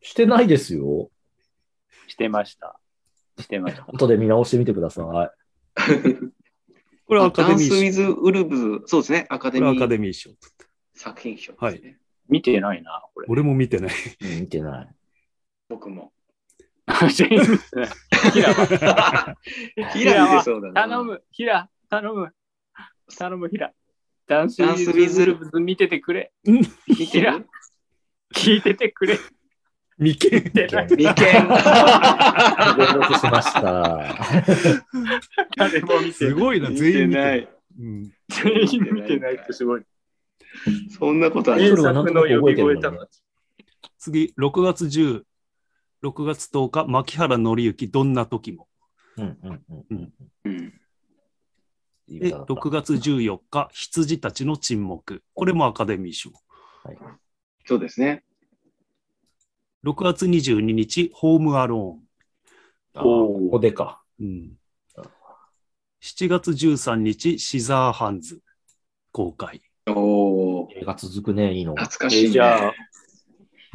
[SPEAKER 4] してないですよ。
[SPEAKER 2] してました。してました。
[SPEAKER 4] 後で見直してみてください。
[SPEAKER 1] これはアカ
[SPEAKER 3] ダ
[SPEAKER 1] デ
[SPEAKER 3] ン
[SPEAKER 1] ミ
[SPEAKER 3] ス・ウ
[SPEAKER 1] ー
[SPEAKER 3] ィズ・ウルブズ、そうですね、アカ
[SPEAKER 1] 賞。こ
[SPEAKER 3] デ
[SPEAKER 1] れ
[SPEAKER 3] ミ
[SPEAKER 1] はアカ
[SPEAKER 3] ー
[SPEAKER 1] デミー賞。
[SPEAKER 3] 作品賞ですね。
[SPEAKER 1] はい
[SPEAKER 2] 見てないな、これ。
[SPEAKER 1] 俺も見てない。
[SPEAKER 4] うん見て ない。
[SPEAKER 3] 僕も。
[SPEAKER 2] 全員見てないヒラは
[SPEAKER 3] ヒラ見てそうだな。
[SPEAKER 2] 頼。む、ヒラ、頼む、頼む、ヒラ。ダンスウ
[SPEAKER 3] ダンスウィ
[SPEAKER 2] ィ
[SPEAKER 3] ズ
[SPEAKER 2] ズルブズ見ててくれ。
[SPEAKER 3] 見
[SPEAKER 2] ヒ
[SPEAKER 3] て
[SPEAKER 2] ラ
[SPEAKER 3] る、
[SPEAKER 2] 聞いててくれ。
[SPEAKER 1] 未見。
[SPEAKER 2] 見てない
[SPEAKER 3] 眉間。
[SPEAKER 4] 登録しました。
[SPEAKER 2] 誰も見て
[SPEAKER 1] す
[SPEAKER 2] ない。
[SPEAKER 1] ごいな、全員見てない。。うん
[SPEAKER 2] 全員見てないってすごい。
[SPEAKER 3] そんなことは
[SPEAKER 4] え
[SPEAKER 2] 原作の呼び声
[SPEAKER 4] タイトルはなんとなく覚えてる
[SPEAKER 2] と
[SPEAKER 4] んだ
[SPEAKER 2] か
[SPEAKER 4] ね。
[SPEAKER 1] 次、6月10、6月10日、牧原紀之、どんな時も。
[SPEAKER 4] うんうんうんうん。
[SPEAKER 3] うん
[SPEAKER 4] いい
[SPEAKER 1] で、
[SPEAKER 4] 歌だった
[SPEAKER 1] 6月14日、羊たちの沈黙。これもアカデミー賞。
[SPEAKER 4] はい
[SPEAKER 3] そうですね。
[SPEAKER 1] 6月22日、ホームアロ
[SPEAKER 4] あー
[SPEAKER 2] おー
[SPEAKER 4] ここでか。
[SPEAKER 1] ーン。うん、7月13日、シザーハンズ公開。
[SPEAKER 3] おお、
[SPEAKER 4] 映画続くね、いいのが。
[SPEAKER 3] 懐かしい、
[SPEAKER 2] え
[SPEAKER 3] ね。
[SPEAKER 2] じゃあ、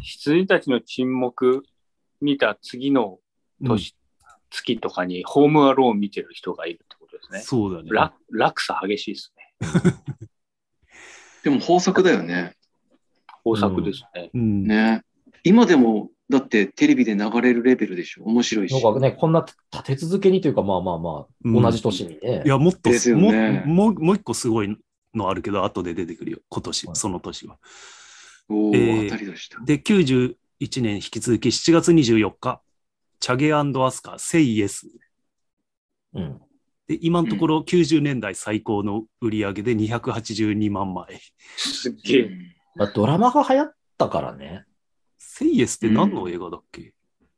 [SPEAKER 2] 羊たちの沈黙見た次の
[SPEAKER 1] うん
[SPEAKER 2] 年、月とかにホームアローン見てる人がいるってことですね。
[SPEAKER 1] そうだね。
[SPEAKER 2] ら落差激しいですね。
[SPEAKER 3] でも豊作だよね。
[SPEAKER 2] 豊作ですね。
[SPEAKER 1] うん、
[SPEAKER 3] ね。今でも、だってテレビで流れるレベルでしょ。面白いし。
[SPEAKER 4] なんかね、こんな立て続けにというか、まあまあまあ、
[SPEAKER 1] うん
[SPEAKER 4] 同じ年にね。
[SPEAKER 1] いや、もっと
[SPEAKER 3] ですよね
[SPEAKER 1] ももう、もう一個すごいのあるけど、後で出てくるよ。今年、
[SPEAKER 4] はい
[SPEAKER 1] その年は。
[SPEAKER 3] おお、
[SPEAKER 1] えー
[SPEAKER 3] 当たりでした。
[SPEAKER 1] で、91年引き続き7月24日、チャゲアスカ、セイエス。
[SPEAKER 4] うん。
[SPEAKER 1] で、今のところ90年代最高の売り上げで282万枚。
[SPEAKER 2] すっげえ。
[SPEAKER 4] まあ、ドラマが流行ったからね。
[SPEAKER 1] セイエスって何の映画だっけ、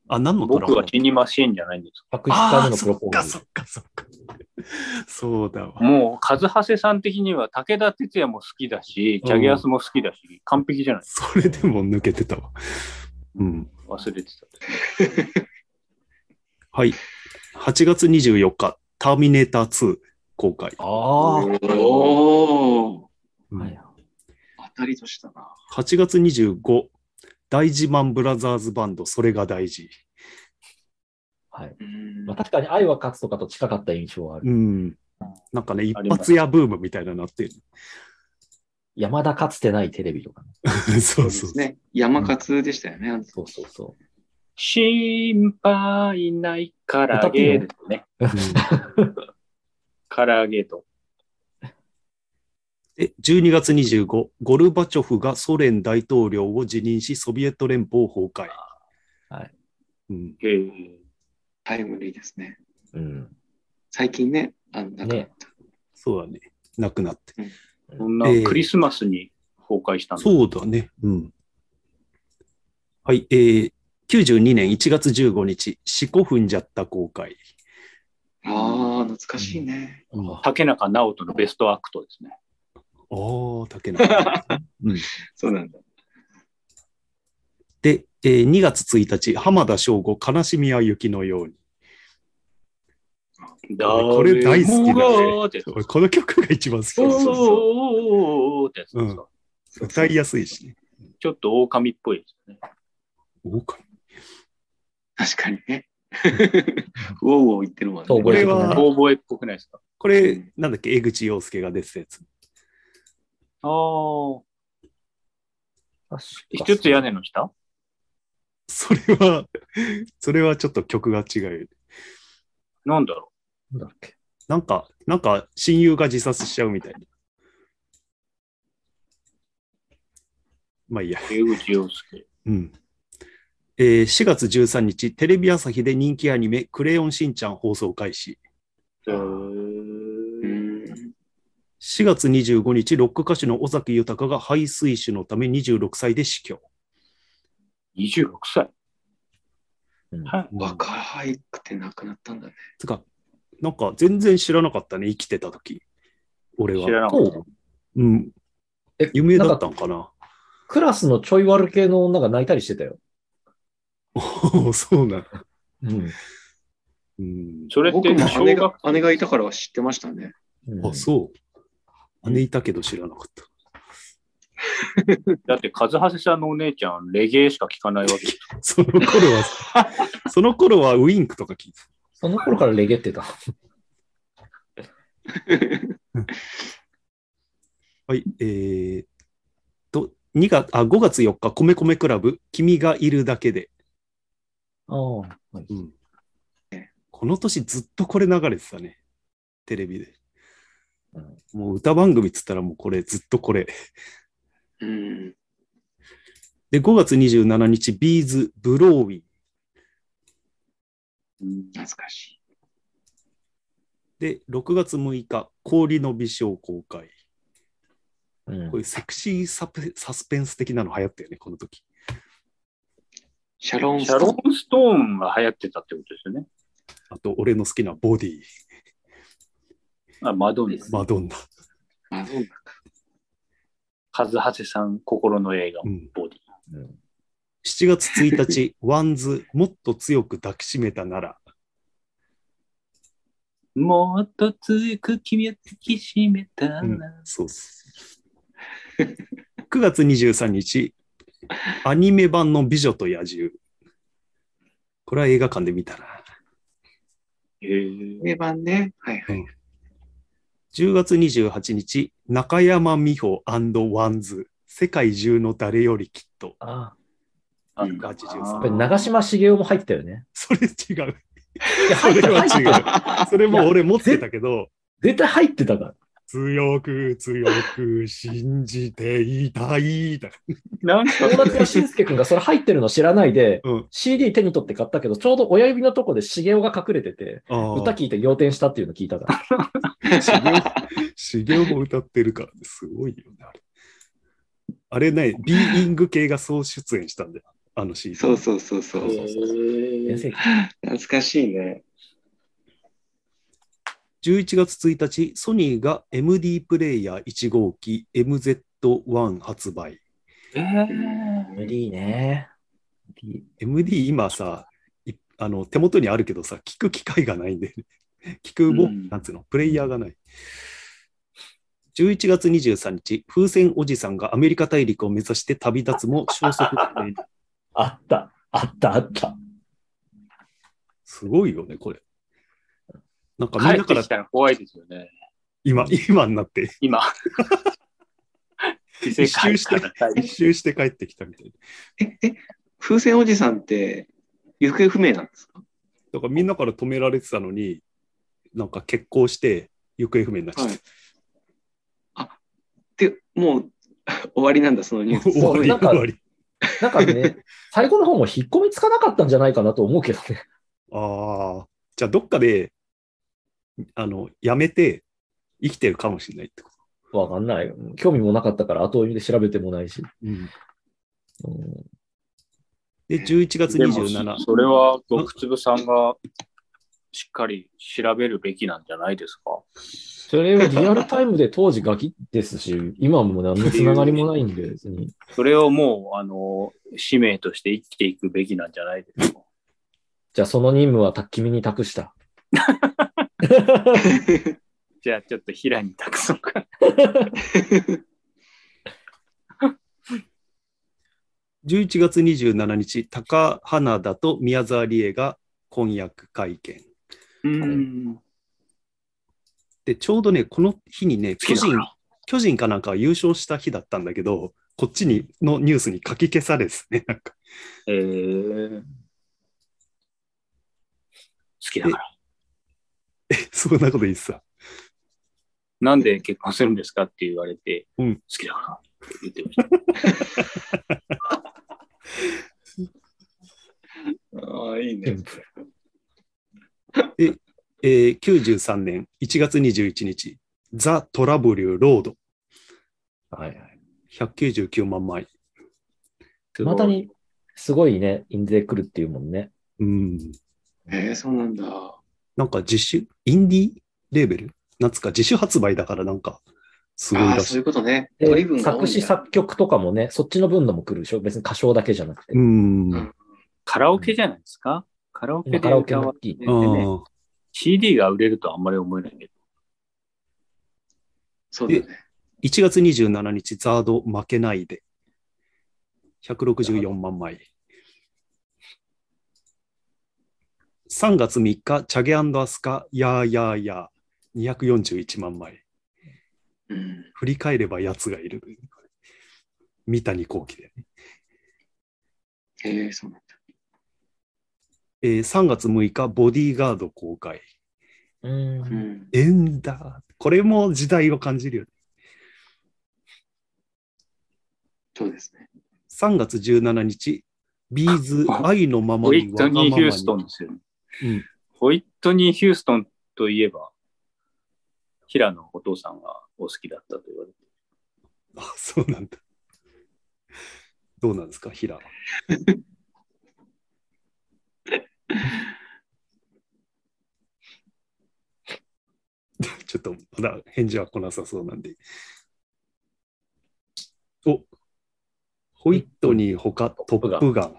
[SPEAKER 1] あ、何のドラ
[SPEAKER 2] 僕
[SPEAKER 1] マ
[SPEAKER 2] は死にませんじゃないんです
[SPEAKER 4] 白紙
[SPEAKER 1] あ
[SPEAKER 4] 回
[SPEAKER 1] あ
[SPEAKER 4] 目
[SPEAKER 1] ー、
[SPEAKER 4] のプ
[SPEAKER 1] そ
[SPEAKER 4] ロ
[SPEAKER 1] っ
[SPEAKER 4] ポ
[SPEAKER 1] か
[SPEAKER 4] ーズ
[SPEAKER 1] そっ。かそっか。そうだわ。
[SPEAKER 2] もう、カズハセさん的には武田鉄矢も好きだし、
[SPEAKER 1] うん
[SPEAKER 2] ジャゲアスも好きだし、完璧じゃない
[SPEAKER 1] それでも抜けてたわ。うん。
[SPEAKER 2] 忘れてた。
[SPEAKER 1] はい。8月24日、ターミネーター2公開。
[SPEAKER 4] ああ。
[SPEAKER 3] おお
[SPEAKER 1] うん
[SPEAKER 4] はい
[SPEAKER 3] 当たりとしたな。
[SPEAKER 1] 8月25、大自慢ブラザーズバンド、それが大事。
[SPEAKER 4] はい。
[SPEAKER 3] うん
[SPEAKER 4] まあ、確かに愛は勝つとかと近かった印象はある。
[SPEAKER 1] うん。なんかね、一発屋ブームみたいなのなってる。
[SPEAKER 4] 山田かつてないテレビとかね。
[SPEAKER 1] そう
[SPEAKER 3] そ
[SPEAKER 1] そうう
[SPEAKER 3] です。ね。山勝でしたよね。あの
[SPEAKER 4] そうそうそ
[SPEAKER 2] 心配ないから揚げですね。唐揚げと。
[SPEAKER 1] で12月25、ゴルバチョフがソ連大統領を辞任し、ソビエト連邦崩壊。
[SPEAKER 4] はい
[SPEAKER 1] うん、
[SPEAKER 2] へえ
[SPEAKER 3] タイムリーですね。
[SPEAKER 4] う。うん。
[SPEAKER 3] 最近ね、あのなんか、
[SPEAKER 4] ね
[SPEAKER 1] そうだね。なくなって。
[SPEAKER 2] そんなクリスマスに崩壊したんだ。
[SPEAKER 1] そうだね。うん。はい。えー、92年1月15日、四股踏んじゃった公開。
[SPEAKER 3] ああ、懐かしいね。
[SPEAKER 1] ああ
[SPEAKER 2] 竹中直人のベストアクトですね。
[SPEAKER 1] ー、竹 中。うん、
[SPEAKER 3] そうなんだ。
[SPEAKER 1] で、えー2月1日、浜田省吾、悲しみは雪のように。これ大好きだね
[SPEAKER 2] だ
[SPEAKER 1] 俺、この曲が一番好き
[SPEAKER 2] おー
[SPEAKER 1] で
[SPEAKER 2] おー
[SPEAKER 1] す。
[SPEAKER 2] おーおーってやつですか
[SPEAKER 1] 歌いやすいしね。
[SPEAKER 2] ちょっと狼っぽいですね。
[SPEAKER 1] おか
[SPEAKER 3] 確かにね。ウォーウォー言ってるもんね。
[SPEAKER 4] そう
[SPEAKER 1] これは
[SPEAKER 4] 覚
[SPEAKER 2] 遠吠えっ
[SPEAKER 4] えて
[SPEAKER 2] ぽくないですか
[SPEAKER 1] これ、なんだっけ、江口洋介が出てたやつ。
[SPEAKER 2] ああ。
[SPEAKER 4] ない確か
[SPEAKER 2] 一つ屋根の下
[SPEAKER 1] それは、それはちょっと曲が違うよね。
[SPEAKER 2] なんだろ
[SPEAKER 4] なんだっけ。
[SPEAKER 1] なんか、なんか、親友が自殺しちゃうみたいな。まあいいや。
[SPEAKER 2] う江口洋介。
[SPEAKER 1] うん。えー4月13日、テレビ朝日で人気アニメ、クレヨンしんちゃん放送開始。
[SPEAKER 2] へ
[SPEAKER 3] う
[SPEAKER 2] ー
[SPEAKER 3] ん
[SPEAKER 1] 4月25日、ロック歌手の尾崎豊が肺水腫のため26歳で死去。
[SPEAKER 2] 26歳。
[SPEAKER 4] うん
[SPEAKER 2] はい
[SPEAKER 3] 若くて亡くなったんだね。
[SPEAKER 1] つか、なんか全然知らなかったね、生きてた時。俺は。
[SPEAKER 2] 知らなか
[SPEAKER 4] そ
[SPEAKER 2] っ
[SPEAKER 4] う
[SPEAKER 1] うん。
[SPEAKER 4] え
[SPEAKER 1] 有名だ
[SPEAKER 4] なん
[SPEAKER 1] っ
[SPEAKER 4] か
[SPEAKER 1] たんかな。
[SPEAKER 4] クラスのちょい悪系の女が泣いたりしてたよ。
[SPEAKER 1] おー そうなの。
[SPEAKER 4] うん。
[SPEAKER 1] うん
[SPEAKER 2] た。。それって
[SPEAKER 3] 僕も
[SPEAKER 2] 小
[SPEAKER 3] 姉
[SPEAKER 2] 学
[SPEAKER 3] が姉がいたからは知ってましたね。
[SPEAKER 1] あ、そう。姉いたけど知らなかった。
[SPEAKER 2] だって、カズハセさんのお姉ちゃん、レゲエしか聞かないわけです。
[SPEAKER 1] その頃は、その頃はウィンクとか聞いてた。
[SPEAKER 4] その頃からレゲってた。
[SPEAKER 1] はい、えー、と、2月、あ、5月4日、米米クラブ、君がいるだけで。
[SPEAKER 4] ああ。はい
[SPEAKER 1] うん。この年ずっとこれ流れてたね。テレビで
[SPEAKER 4] うん。
[SPEAKER 1] もう歌番組っつったらもうこれ、ずっとこれ。
[SPEAKER 3] うん。
[SPEAKER 1] で、5月27日、ビーズ、ブローウィン。
[SPEAKER 3] 懐かし
[SPEAKER 1] で、6月6日、氷の微笑公開。
[SPEAKER 4] うん
[SPEAKER 1] こういうセクシーサペサスペンス的なの流行ったよね、この時。
[SPEAKER 3] い。シャロン
[SPEAKER 2] シャロンストーンが流行ってたってことですよね。
[SPEAKER 1] あと、俺の好きなボディ、
[SPEAKER 2] あ、マドンナ。
[SPEAKER 1] マドンナ。
[SPEAKER 3] あそうなんだ
[SPEAKER 2] カズハセさん、心の映画
[SPEAKER 1] う、ん、
[SPEAKER 2] ボディ。
[SPEAKER 4] うん
[SPEAKER 1] 7月1日、ワンズ、もっと強く抱きしめたなら、
[SPEAKER 2] もっと強く君を突きしめたら、
[SPEAKER 1] うんそうっす。9月23日、アニメ版の美女と野獣。これは映画館で見たな。
[SPEAKER 2] へー
[SPEAKER 3] 定番ね。はいはい。
[SPEAKER 1] 10月28日、中山美穂ワンズ、世界中の誰よりきっと。
[SPEAKER 4] あ
[SPEAKER 2] あ
[SPEAKER 3] うん
[SPEAKER 4] あ。
[SPEAKER 1] 83
[SPEAKER 4] これ長嶋茂雄も入ってたよね。
[SPEAKER 1] それ違う。
[SPEAKER 4] いや、
[SPEAKER 1] そ
[SPEAKER 4] 入って
[SPEAKER 1] れ
[SPEAKER 4] た、
[SPEAKER 1] は
[SPEAKER 4] 入って
[SPEAKER 1] 違
[SPEAKER 4] た。
[SPEAKER 1] う。それも俺持ってたけど、
[SPEAKER 4] 絶対入ってたから。
[SPEAKER 1] 強く強く信じていたい。だ
[SPEAKER 2] なんか、
[SPEAKER 4] 友達のしんすけくんがそれ入ってるの知らないで、
[SPEAKER 1] うん
[SPEAKER 4] CD 手に取って買ったけど、ちょうど親指のとこで茂雄が隠れてて、歌聞いて仰天したっていうの聞いたか ら。
[SPEAKER 1] しげおも歌ってるからね、すごいよね、あれ。あれね、ビーイング系が総出演したんだよ、あの CD。
[SPEAKER 3] そうそうそうそ
[SPEAKER 2] へ
[SPEAKER 3] う。
[SPEAKER 4] 全
[SPEAKER 2] ー
[SPEAKER 4] 盛期
[SPEAKER 3] 懐かしいね。
[SPEAKER 1] 11月1日、ソニーが MD プレイヤー1号機 MZ1 発売。
[SPEAKER 2] えー
[SPEAKER 4] MD ね。
[SPEAKER 1] MD 今さ、いあの手元にあるけどさ、聞く機会がないんで、ね、 聞くも、
[SPEAKER 2] うん
[SPEAKER 1] なんつうの、プレイヤーがない。11月23日、風船おじさんがアメリカ大陸を目指して旅立つも消息不明。
[SPEAKER 4] あった、あった、あった。
[SPEAKER 1] すごいよね、これ。なんかみん
[SPEAKER 2] 帰
[SPEAKER 1] な
[SPEAKER 2] っ
[SPEAKER 1] か
[SPEAKER 2] て
[SPEAKER 1] ら
[SPEAKER 2] きたら怖いですよね。
[SPEAKER 1] 今、今になって、
[SPEAKER 2] 今。異世界から帰って
[SPEAKER 1] 一周して帰ってきたみたいな。
[SPEAKER 3] え、え、風船おじさんって行方不明なんですか
[SPEAKER 1] だからみんなから止められてたのに、なんか結婚して行方不明になっちゃった。
[SPEAKER 3] はい。あ、で、もう 終わりなんだ、そのニュース。
[SPEAKER 1] 終わり、
[SPEAKER 4] なんか
[SPEAKER 1] 終わり。
[SPEAKER 4] なんかね、最後の方も引っ込みつかなかったんじゃないかなと思うけどね。
[SPEAKER 1] ああ、じゃあどっかで、あの、やめて生きてるかもしれないってこと。
[SPEAKER 4] わかんない。興味もなかったから、後追いで調べてもないし。うん
[SPEAKER 1] で、11月
[SPEAKER 2] でも
[SPEAKER 1] 27、
[SPEAKER 2] それは、極粒さんがしっかり調べるべきなんじゃないですか。
[SPEAKER 4] それはリアルタイムで当時ガキですし、今も何のつながりもないんで、別に。
[SPEAKER 2] それをもう、あの、使命として生きていくべきなんじゃないですか。
[SPEAKER 4] じゃあその任務はた君に託した。
[SPEAKER 2] じゃあ、ちょっと平に託そうか。
[SPEAKER 1] 11月27日、高花田と宮沢りえが婚約会見。
[SPEAKER 2] うん。
[SPEAKER 1] で、ちょうどね、この日にね、巨
[SPEAKER 2] 好きだ
[SPEAKER 1] 人
[SPEAKER 2] な、
[SPEAKER 1] 巨人かなんかが優勝した日だったんだけど、こっちにのニュースに書き消されてですね、 なんか。
[SPEAKER 2] えー、好きだから。
[SPEAKER 1] そんなこと言ってた。
[SPEAKER 2] なんで結婚するんですかって言われて、
[SPEAKER 1] うん
[SPEAKER 2] 好きだからって言ってました。
[SPEAKER 3] ああ、いいね。
[SPEAKER 1] えー、93年1月21日、ザ・トラブル・ロード、
[SPEAKER 4] はいはい。
[SPEAKER 1] 199万枚。
[SPEAKER 4] またに、すごいね、印税来るっていうもんね。
[SPEAKER 1] うん。
[SPEAKER 3] えー、そうなんだ。
[SPEAKER 1] なんか自主、インディーレーベルなんつうか自主発売だからなんか、すごい
[SPEAKER 3] ああ、
[SPEAKER 1] ら
[SPEAKER 3] そう
[SPEAKER 1] し
[SPEAKER 3] い
[SPEAKER 1] い。
[SPEAKER 3] うことね。
[SPEAKER 4] で
[SPEAKER 3] 取り分が多いんだ
[SPEAKER 4] 作詞作曲とかもね、そっちの分のも来るでしょ。別に歌唱だけじゃなくて。
[SPEAKER 1] うん。
[SPEAKER 3] う
[SPEAKER 1] あ
[SPEAKER 3] ん
[SPEAKER 2] カラオケじゃないですか、カラオケで
[SPEAKER 4] カラオケ
[SPEAKER 2] 歌
[SPEAKER 4] も
[SPEAKER 2] わ
[SPEAKER 4] 大きい。
[SPEAKER 2] でね、
[SPEAKER 1] ー
[SPEAKER 2] CD が売れるとはあんまり思えないけど。
[SPEAKER 3] そうだね。
[SPEAKER 1] 1月27日、ザード負けないで。164万枚。3月3日、チャゲアスカ、やーやーやー、241万枚。
[SPEAKER 3] うん。
[SPEAKER 1] 振り返れば奴がいる。三谷幸喜で、ね
[SPEAKER 3] えー、そうなんだ。
[SPEAKER 1] えー3月6日、ボディーガード公開。
[SPEAKER 3] う
[SPEAKER 4] う。
[SPEAKER 3] んん。
[SPEAKER 1] エンダー。これも時代を感じるよね。
[SPEAKER 3] そうですね。
[SPEAKER 1] 3月17日、ビーズ、
[SPEAKER 2] あ
[SPEAKER 1] 愛のまま
[SPEAKER 2] ホイ
[SPEAKER 1] に
[SPEAKER 2] ッ
[SPEAKER 1] わ
[SPEAKER 2] ト
[SPEAKER 1] がまま
[SPEAKER 2] ニー・
[SPEAKER 1] に。
[SPEAKER 2] ヒューストンですよね。
[SPEAKER 1] うん
[SPEAKER 2] ホイットニー・ヒューストンといえば、平野お父さんがお好きだったと言われて。
[SPEAKER 1] あ、そうなんだ。どうなんですか、平野。 ちょっとまだ返事は来なさそうなんで。おホイットニーほかトップガン。
[SPEAKER 2] っ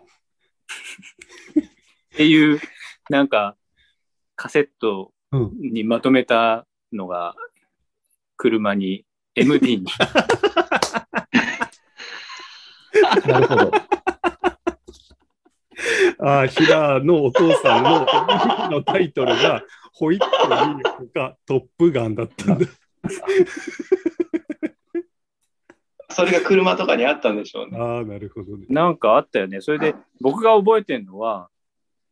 [SPEAKER 2] ていう、なんか、カセット
[SPEAKER 1] うん
[SPEAKER 2] にまとめたのが、車に、MD に、
[SPEAKER 4] なるほど。
[SPEAKER 1] ああ、平野のお父さんの MV のタイトルがホイットニーほかトップガンだったんだ。
[SPEAKER 3] それが車とかにあったんでしょうね。
[SPEAKER 1] ああ、なるほどね。
[SPEAKER 2] なんかあったよね。それで、僕が覚えてるのは、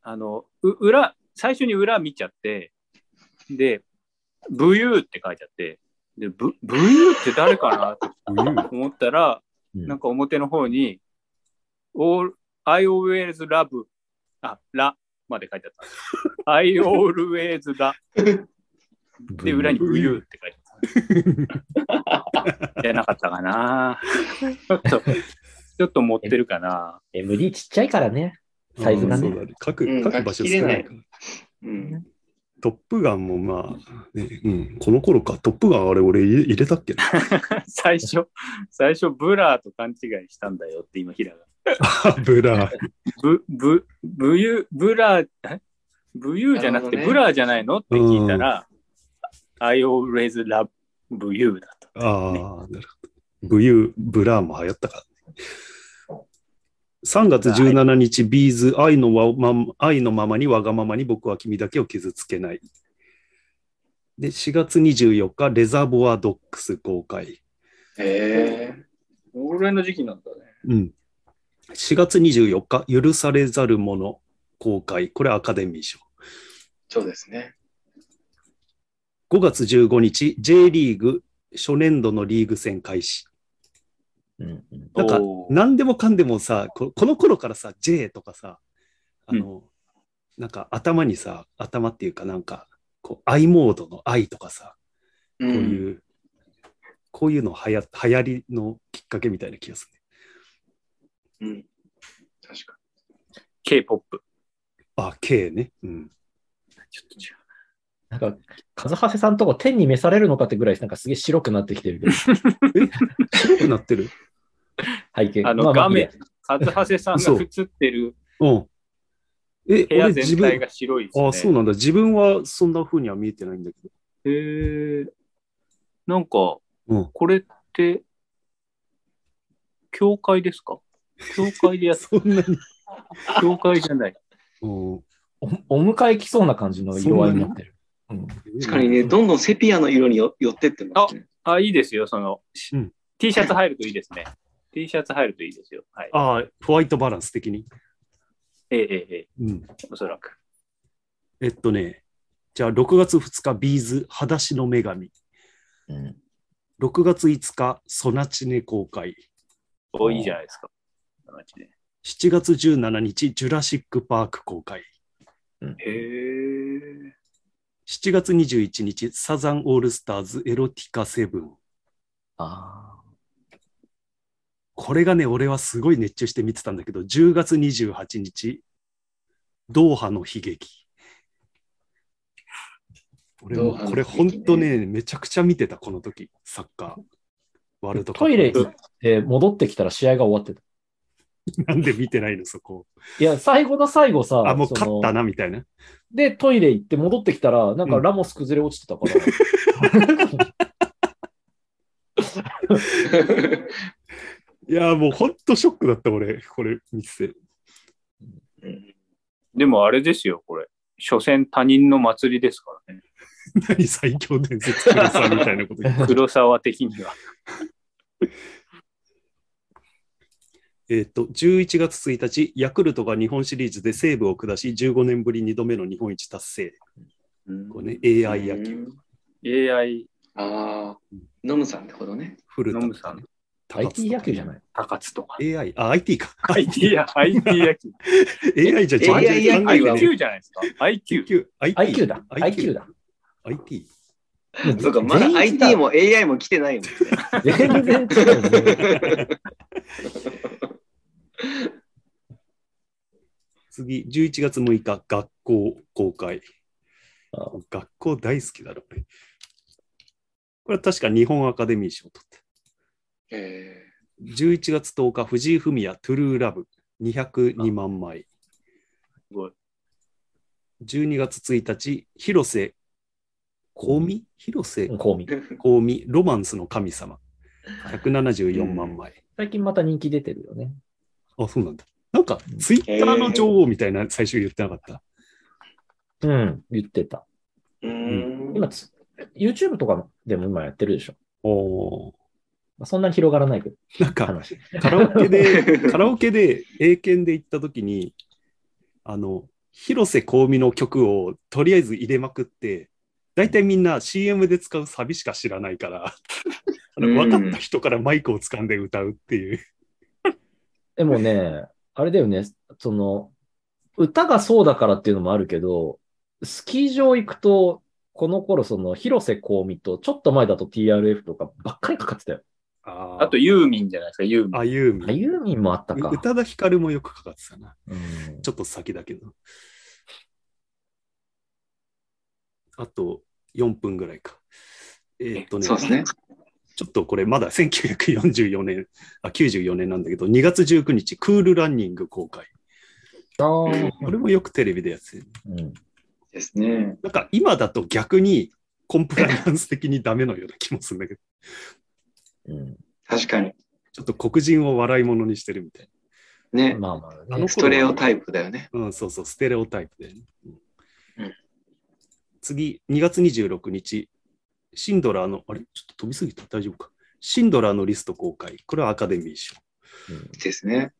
[SPEAKER 2] あの、う裏、最初に裏見ちゃって、で、武勇って書いてあって、で、ブブーって誰かなと思ったら、
[SPEAKER 4] うん
[SPEAKER 2] なんか表の方に、all, I always love, あ、らまで書いてあった。I always love で、裏 にブユーって書いて あった。じゃなかったかな。ちょっと、ちょっと持ってるかな。
[SPEAKER 4] MD ちっちゃいからね。サイズがね
[SPEAKER 1] うんそうだ書く
[SPEAKER 3] うん
[SPEAKER 1] 書く場所少ない
[SPEAKER 3] 書き
[SPEAKER 1] か
[SPEAKER 3] き
[SPEAKER 1] ら。
[SPEAKER 3] うん。
[SPEAKER 1] トップガンもまあ、ねうん、この頃か、トップガンあれ俺入れ入れたっけな。
[SPEAKER 2] 最初、最初、ブラーと勘違いしたんだよって今、平が。
[SPEAKER 1] ブラー。
[SPEAKER 2] ブ、ブ、ブユ、ブラー、えブユーじゃなくて
[SPEAKER 3] なるほ
[SPEAKER 2] ブ
[SPEAKER 3] どね
[SPEAKER 2] ラーじゃないのって聞いたら、I always love ブユーだと。
[SPEAKER 1] ああ、なるほど。ブユー、ブラーも流行ったから、ね。3月17日、ビーズ愛のわまん、愛のままにわがままに僕は君だけを傷つけない。で、4月24日、レザボアドックス公開。
[SPEAKER 3] へえ。
[SPEAKER 2] これの時期なんだね。
[SPEAKER 1] うん。4月24日、許されざる者公開。これアカデミー賞。
[SPEAKER 3] そうですね。
[SPEAKER 1] 5月15日、J リーグ初年度のリーグ戦開始。
[SPEAKER 4] うんうん
[SPEAKER 1] なんか
[SPEAKER 2] お、ー
[SPEAKER 1] 何でもかんでもさ、ここの頃からさ、J とかさ、あの、なんか頭にさ、頭っていうかなんか、こう、I モードの I とかさ、
[SPEAKER 3] う。
[SPEAKER 1] こうんいう、こういうのはや流行りのきっかけみたいな気がする、ね。
[SPEAKER 3] うん、確か
[SPEAKER 2] K-POP。
[SPEAKER 1] あ、K ね。うん。
[SPEAKER 2] ちょっと違う。
[SPEAKER 4] なんか、カズハセさんとこ天に召されるのかってぐらい、なんかすげえ白くなってきてるけど、
[SPEAKER 1] 白くなってる。
[SPEAKER 4] 背景
[SPEAKER 2] あの
[SPEAKER 4] まま
[SPEAKER 2] 画面
[SPEAKER 4] いいや
[SPEAKER 2] カズハセさんが映ってる
[SPEAKER 1] うん。え、
[SPEAKER 2] 部屋
[SPEAKER 1] 俺
[SPEAKER 2] 全
[SPEAKER 1] 自
[SPEAKER 2] 体
[SPEAKER 1] 分、
[SPEAKER 2] が白いですね。
[SPEAKER 1] あ、そうなんだ。自分はそんな風には見えてないんだけど。
[SPEAKER 2] へーなんか、
[SPEAKER 1] うん
[SPEAKER 2] これって、教会ですか教会でや っ
[SPEAKER 1] そんなに。
[SPEAKER 2] 教会じゃない。
[SPEAKER 1] うん
[SPEAKER 4] おお迎え来そうな感じの色合いになってる。うん
[SPEAKER 3] に。確かにね、どんどんセピアの色によ寄ってってますね。
[SPEAKER 2] あ、いいですよ、その、し
[SPEAKER 1] うん
[SPEAKER 2] T シャツ入るといいですね。T シャツ入るといいですよ。はい。
[SPEAKER 1] ああ、ホワイトバランス的に。
[SPEAKER 2] ええええええ、
[SPEAKER 1] うん。
[SPEAKER 2] おそらく。
[SPEAKER 1] えっとね、じゃあ6月2日、ビーズ、裸足の女神。
[SPEAKER 4] うん
[SPEAKER 1] 6月5日、ソナチネ公開。
[SPEAKER 2] お、いいじゃないですか。この街で
[SPEAKER 1] 7月17日、ジュラシック・パーク公開。
[SPEAKER 2] へえ。
[SPEAKER 1] 7月21日、サザン・オールスターズ・エロティカ・セブン。
[SPEAKER 4] あ
[SPEAKER 1] これがね、俺はすごい熱中して見てたんだけど、10月28日、ドーハの悲劇。俺も
[SPEAKER 3] ドーハの
[SPEAKER 1] こ
[SPEAKER 3] 悲劇
[SPEAKER 1] れ
[SPEAKER 3] ね
[SPEAKER 1] 本当ね、めちゃくちゃ見てた、この時、サッカー。ワール
[SPEAKER 4] ー
[SPEAKER 1] ドカップ
[SPEAKER 4] トイレ行って戻ってきたら試合が終わってた。
[SPEAKER 1] なんで見てないの、そこ。
[SPEAKER 4] いや、最後の最後さ、
[SPEAKER 1] あ、もう
[SPEAKER 4] そ
[SPEAKER 1] 勝
[SPEAKER 4] の
[SPEAKER 1] ったな、みたいな。
[SPEAKER 4] で、トイレ行って戻ってきたら、なんか
[SPEAKER 1] うん
[SPEAKER 4] ラモス崩れ落ちてたから。
[SPEAKER 1] いやーもうほんとショックだった俺、これ見てて。
[SPEAKER 3] うん
[SPEAKER 2] でもあれですよ、これ。所詮他人の祭りですか らね。
[SPEAKER 1] 何最強伝説黒さみたいなこと言って
[SPEAKER 2] 黒沢的には。
[SPEAKER 1] えっと、11月1日、ヤクルトが日本シリーズで西武を下し、15年ぶり2度目の日本一達成。これね、AI 野球、。
[SPEAKER 2] AI、
[SPEAKER 3] ああ、ノムさんってことね。
[SPEAKER 1] 古田
[SPEAKER 2] ノムさん、
[SPEAKER 1] 高津
[SPEAKER 4] IT 野球じゃ
[SPEAKER 1] ない
[SPEAKER 4] ない
[SPEAKER 2] 高津とか。
[SPEAKER 1] AI、あ、IT か。
[SPEAKER 2] IT や、IT 野球。
[SPEAKER 1] AI じゃ
[SPEAKER 3] AI
[SPEAKER 1] 考えてね
[SPEAKER 2] IQ じゃないですか。IQ。
[SPEAKER 1] IQ、
[SPEAKER 4] ?IQ だ。
[SPEAKER 1] IQ
[SPEAKER 4] IQ だ。
[SPEAKER 1] IT。
[SPEAKER 3] そうか、まだ
[SPEAKER 4] 全員違
[SPEAKER 3] IT
[SPEAKER 4] う
[SPEAKER 3] も AI も来てないもんね。
[SPEAKER 4] 全然違うね、
[SPEAKER 1] 次、11月6日、学校公開
[SPEAKER 4] あ。
[SPEAKER 1] 学校大好きだろ、俺これは確か日本アカデミー賞を取った。
[SPEAKER 3] え
[SPEAKER 1] 11月10日、藤井フミヤ、トゥルーラブ、202万枚。
[SPEAKER 2] すごい。
[SPEAKER 1] 12月1日、広瀬香美広瀬
[SPEAKER 4] うんコウミ
[SPEAKER 1] 香美、ロマンスの神様、174万枚。
[SPEAKER 4] 最近また人気出てるよね。
[SPEAKER 1] あ、そうなんだ。なんか、ツイッターの女王みたいな、最初言ってなかった。
[SPEAKER 4] うん、言ってた。
[SPEAKER 3] ー、うーん。
[SPEAKER 4] 今つ、YouTube とかでも今やってるでしょ。
[SPEAKER 1] おー
[SPEAKER 4] まあ、そんなに広がらないけど、
[SPEAKER 1] なんか、
[SPEAKER 4] 話。
[SPEAKER 1] カラオケで、カラオケで、英検で行った時に、あの、広瀬香美の曲をとりあえず入れまくって、大体みんな CM で使うサビしか知らないから、あの分かった人からマイクを掴んで歌うっていう。
[SPEAKER 4] でもね、あれだよね、その、歌がそうだからっていうのもあるけど、スキー場行くと、この頃、その、広瀬香美と、ちょっと前だと TRF とかばっかりかかってたよ。
[SPEAKER 1] あー
[SPEAKER 2] あと、ユーミンじゃないですか、ユーミン。
[SPEAKER 1] あ、ユー
[SPEAKER 4] あ、
[SPEAKER 1] ミン。
[SPEAKER 4] ユーミンもあったか。
[SPEAKER 1] 宇多田ヒカルもよくかかってたな。
[SPEAKER 4] うん
[SPEAKER 1] ちょっと先だけど。あと4分ぐらいか。えーっとね
[SPEAKER 3] そうですね。
[SPEAKER 1] ちょっとこれまだ1944年、あ、94年なんだけど、2月19日、クールランニング公開。
[SPEAKER 4] あー
[SPEAKER 1] これもよくテレビでやってる。
[SPEAKER 4] うん
[SPEAKER 3] ですね。
[SPEAKER 1] なんか今だと逆にコンプライアンス的にダメのような気もするんだけど、
[SPEAKER 4] うん
[SPEAKER 3] 確かに。
[SPEAKER 1] ちょっと黒人を笑い物にしてるみたい
[SPEAKER 3] ね。
[SPEAKER 4] まあまあ
[SPEAKER 1] あ
[SPEAKER 4] ね
[SPEAKER 1] の
[SPEAKER 3] ストレオタイプだよね。
[SPEAKER 1] な。うん、そうそう、ステレオタイプで、ねうん
[SPEAKER 3] うん
[SPEAKER 1] 次、2月26日、シンドラーの、あれちょっと飛びすぎた大丈夫か。シンドラーのリスト公開。これはアカデミー賞。
[SPEAKER 4] うん
[SPEAKER 3] ですね。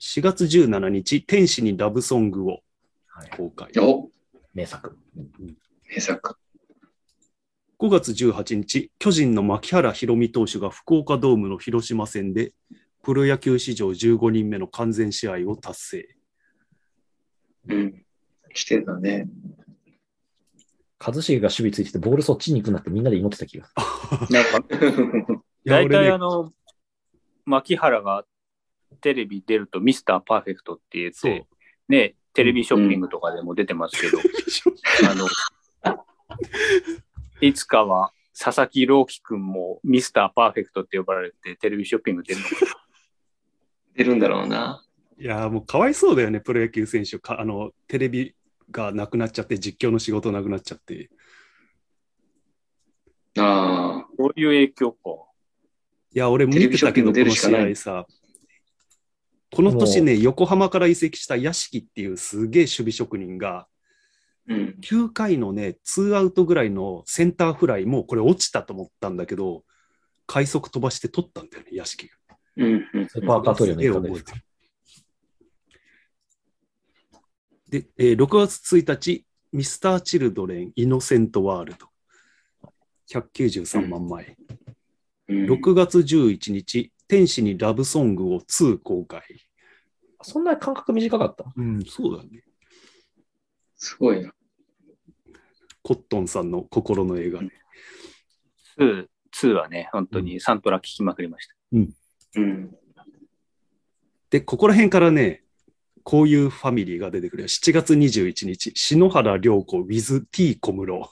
[SPEAKER 1] 4月17日、天使にラブソングを
[SPEAKER 4] はい
[SPEAKER 1] 公開。
[SPEAKER 3] お
[SPEAKER 4] 名作。
[SPEAKER 3] 名作。
[SPEAKER 1] 5月18日、巨人の牧原博美投手が福岡ドームの広島戦で、プロ野球史上15人目の完全試合を達成。
[SPEAKER 3] うん。してたね。
[SPEAKER 4] 一茂が守備ついてて、ボールそっちに行くなってみんなで祈ってた気がす
[SPEAKER 2] なんか、
[SPEAKER 1] いや
[SPEAKER 2] 大
[SPEAKER 1] 俺
[SPEAKER 2] 体
[SPEAKER 1] ね
[SPEAKER 2] あの、牧原がテレビ出るとミスターパーフェクトって言っ
[SPEAKER 1] そう
[SPEAKER 2] て、ね、テレビショッピングとかでも出てますけど、あの、いつかは佐々木朗希くんもミスターパーフェクトって呼ばれてテレビショッピング出るのか な
[SPEAKER 3] 出るんだろうな。
[SPEAKER 1] いやーもうかわいそうだよね、プロ野球選手かあの、テレビがなくなっちゃって、実況の仕事なくなっちゃって。
[SPEAKER 3] ああ。
[SPEAKER 2] こういう影響か。
[SPEAKER 1] いや、俺見てたけど、こ
[SPEAKER 3] テレ
[SPEAKER 1] の
[SPEAKER 3] ビショッピン
[SPEAKER 1] 試合
[SPEAKER 3] グ出る
[SPEAKER 1] さ、この年ね、横浜から移籍した屋敷っていうすげえ守備職人が、
[SPEAKER 3] うん。
[SPEAKER 1] 9回のね、ツーアウトぐらいのセンターフライ、もうこれ落ちたと思ったんだけど、快速飛ばして取ったんだよね、屋敷が。
[SPEAKER 3] うん。うん
[SPEAKER 4] る。スーパーカトリオの一
[SPEAKER 1] す
[SPEAKER 4] 環
[SPEAKER 1] げえ
[SPEAKER 4] で
[SPEAKER 1] 覚え
[SPEAKER 4] す
[SPEAKER 1] て。るで、えー6月1日、ミスター・チルドレン・イノセント・ワールド。193万枚。
[SPEAKER 3] うん
[SPEAKER 1] 6月11日、天使にラブソングを2公開。
[SPEAKER 4] そんな間隔短かった
[SPEAKER 1] うん、そうだね。
[SPEAKER 3] すごいな。
[SPEAKER 1] コットンさんの心の映画ね。
[SPEAKER 2] 2、2はね、本当にサントラ聞きまくりました。
[SPEAKER 3] うん。
[SPEAKER 1] で、ここら辺からね、こういうファミリーが出てくるよ。7月21日、篠原涼子 with T 小室。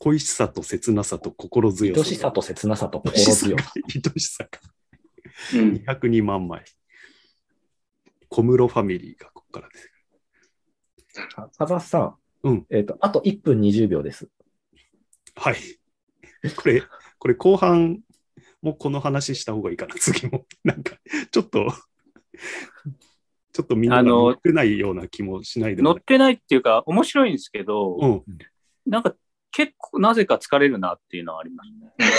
[SPEAKER 1] 恋しさと切なさと心強さ。
[SPEAKER 4] 愛しさと切なさと
[SPEAKER 1] 愛し
[SPEAKER 4] 心
[SPEAKER 1] さ
[SPEAKER 4] 強
[SPEAKER 1] か
[SPEAKER 4] さ。
[SPEAKER 1] 愛しさか。
[SPEAKER 3] うん。
[SPEAKER 1] 202万枚。小室ファミリーがここから出てくる。
[SPEAKER 4] 風間さん、
[SPEAKER 1] うん
[SPEAKER 4] えっと、あと1分20秒です。
[SPEAKER 1] はい。これ、これ後半もこの話した方がいいかな、次も。なんか、ちょっと、ちょっとみんな
[SPEAKER 2] あ
[SPEAKER 1] が
[SPEAKER 2] の
[SPEAKER 1] 乗ってないような気もしないで
[SPEAKER 2] 乗
[SPEAKER 1] も
[SPEAKER 2] っ
[SPEAKER 1] ない。
[SPEAKER 2] てないっていうか、面白いんですけど、
[SPEAKER 1] うん。
[SPEAKER 2] なんか結構なぜか疲れるなっていうのはありますね。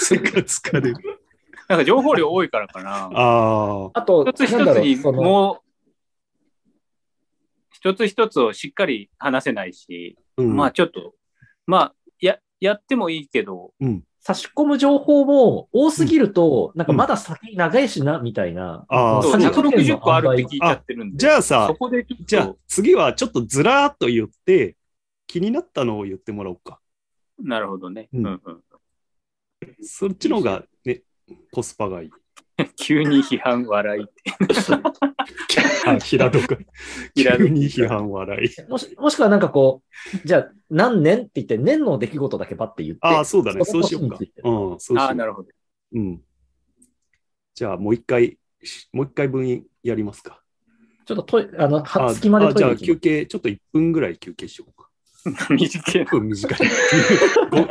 [SPEAKER 1] それから疲れる。
[SPEAKER 2] なんか情報量多いからかな。
[SPEAKER 1] ああ、
[SPEAKER 4] あと、
[SPEAKER 2] 一つ
[SPEAKER 4] なんだ
[SPEAKER 2] 一つ
[SPEAKER 4] ろう
[SPEAKER 2] に
[SPEAKER 4] その
[SPEAKER 2] もう、一つ一つをしっかり話せないし、
[SPEAKER 1] うん。
[SPEAKER 2] まあちょっと、まあや、やってもいいけど、
[SPEAKER 4] 差し込む情報も多すぎると、なんかまだ先長いしな、みたいな。
[SPEAKER 1] あー
[SPEAKER 2] そう
[SPEAKER 1] そうだ
[SPEAKER 2] 160個あるって聞いちゃってるんで、
[SPEAKER 1] じゃあさ
[SPEAKER 2] そ、こでちょっ
[SPEAKER 1] じゃあ
[SPEAKER 2] と、
[SPEAKER 1] 次はちょっとずらーっと言って、気になったのを言ってもらおうか。
[SPEAKER 2] なるほどね。
[SPEAKER 1] う
[SPEAKER 2] うんんうん、
[SPEAKER 1] そっちの方がね、コスパがいい。
[SPEAKER 2] 急に批判笑いって。
[SPEAKER 1] あ、 平戸 君。
[SPEAKER 2] 平戸
[SPEAKER 1] 急に批判笑い。
[SPEAKER 4] もしもしくはなんかこう、じゃあ何年って言って、年の出来事だけばって言って。
[SPEAKER 1] ああ、そうだね。
[SPEAKER 4] そ
[SPEAKER 1] そ
[SPEAKER 4] の
[SPEAKER 1] うしようか
[SPEAKER 4] 年について。
[SPEAKER 1] うん、そうしよ
[SPEAKER 2] あ
[SPEAKER 1] う
[SPEAKER 2] あ、なるほど。
[SPEAKER 1] うん。じゃあ、もう一回、しもう一回分やりますか。
[SPEAKER 4] ちょっとトイレ、あの、は
[SPEAKER 1] あ
[SPEAKER 4] 隙間で
[SPEAKER 1] あ
[SPEAKER 4] ト
[SPEAKER 1] じ
[SPEAKER 4] イレ
[SPEAKER 1] ゃあ、
[SPEAKER 4] 行きま
[SPEAKER 1] 休憩、ちょっと1分ぐらい休憩しようか。
[SPEAKER 2] 短い な
[SPEAKER 1] 1分短い。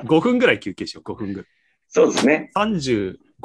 [SPEAKER 1] 5, 分ぐらい休憩しよう、5分ぐらい。
[SPEAKER 3] そうですね。
[SPEAKER 1] 35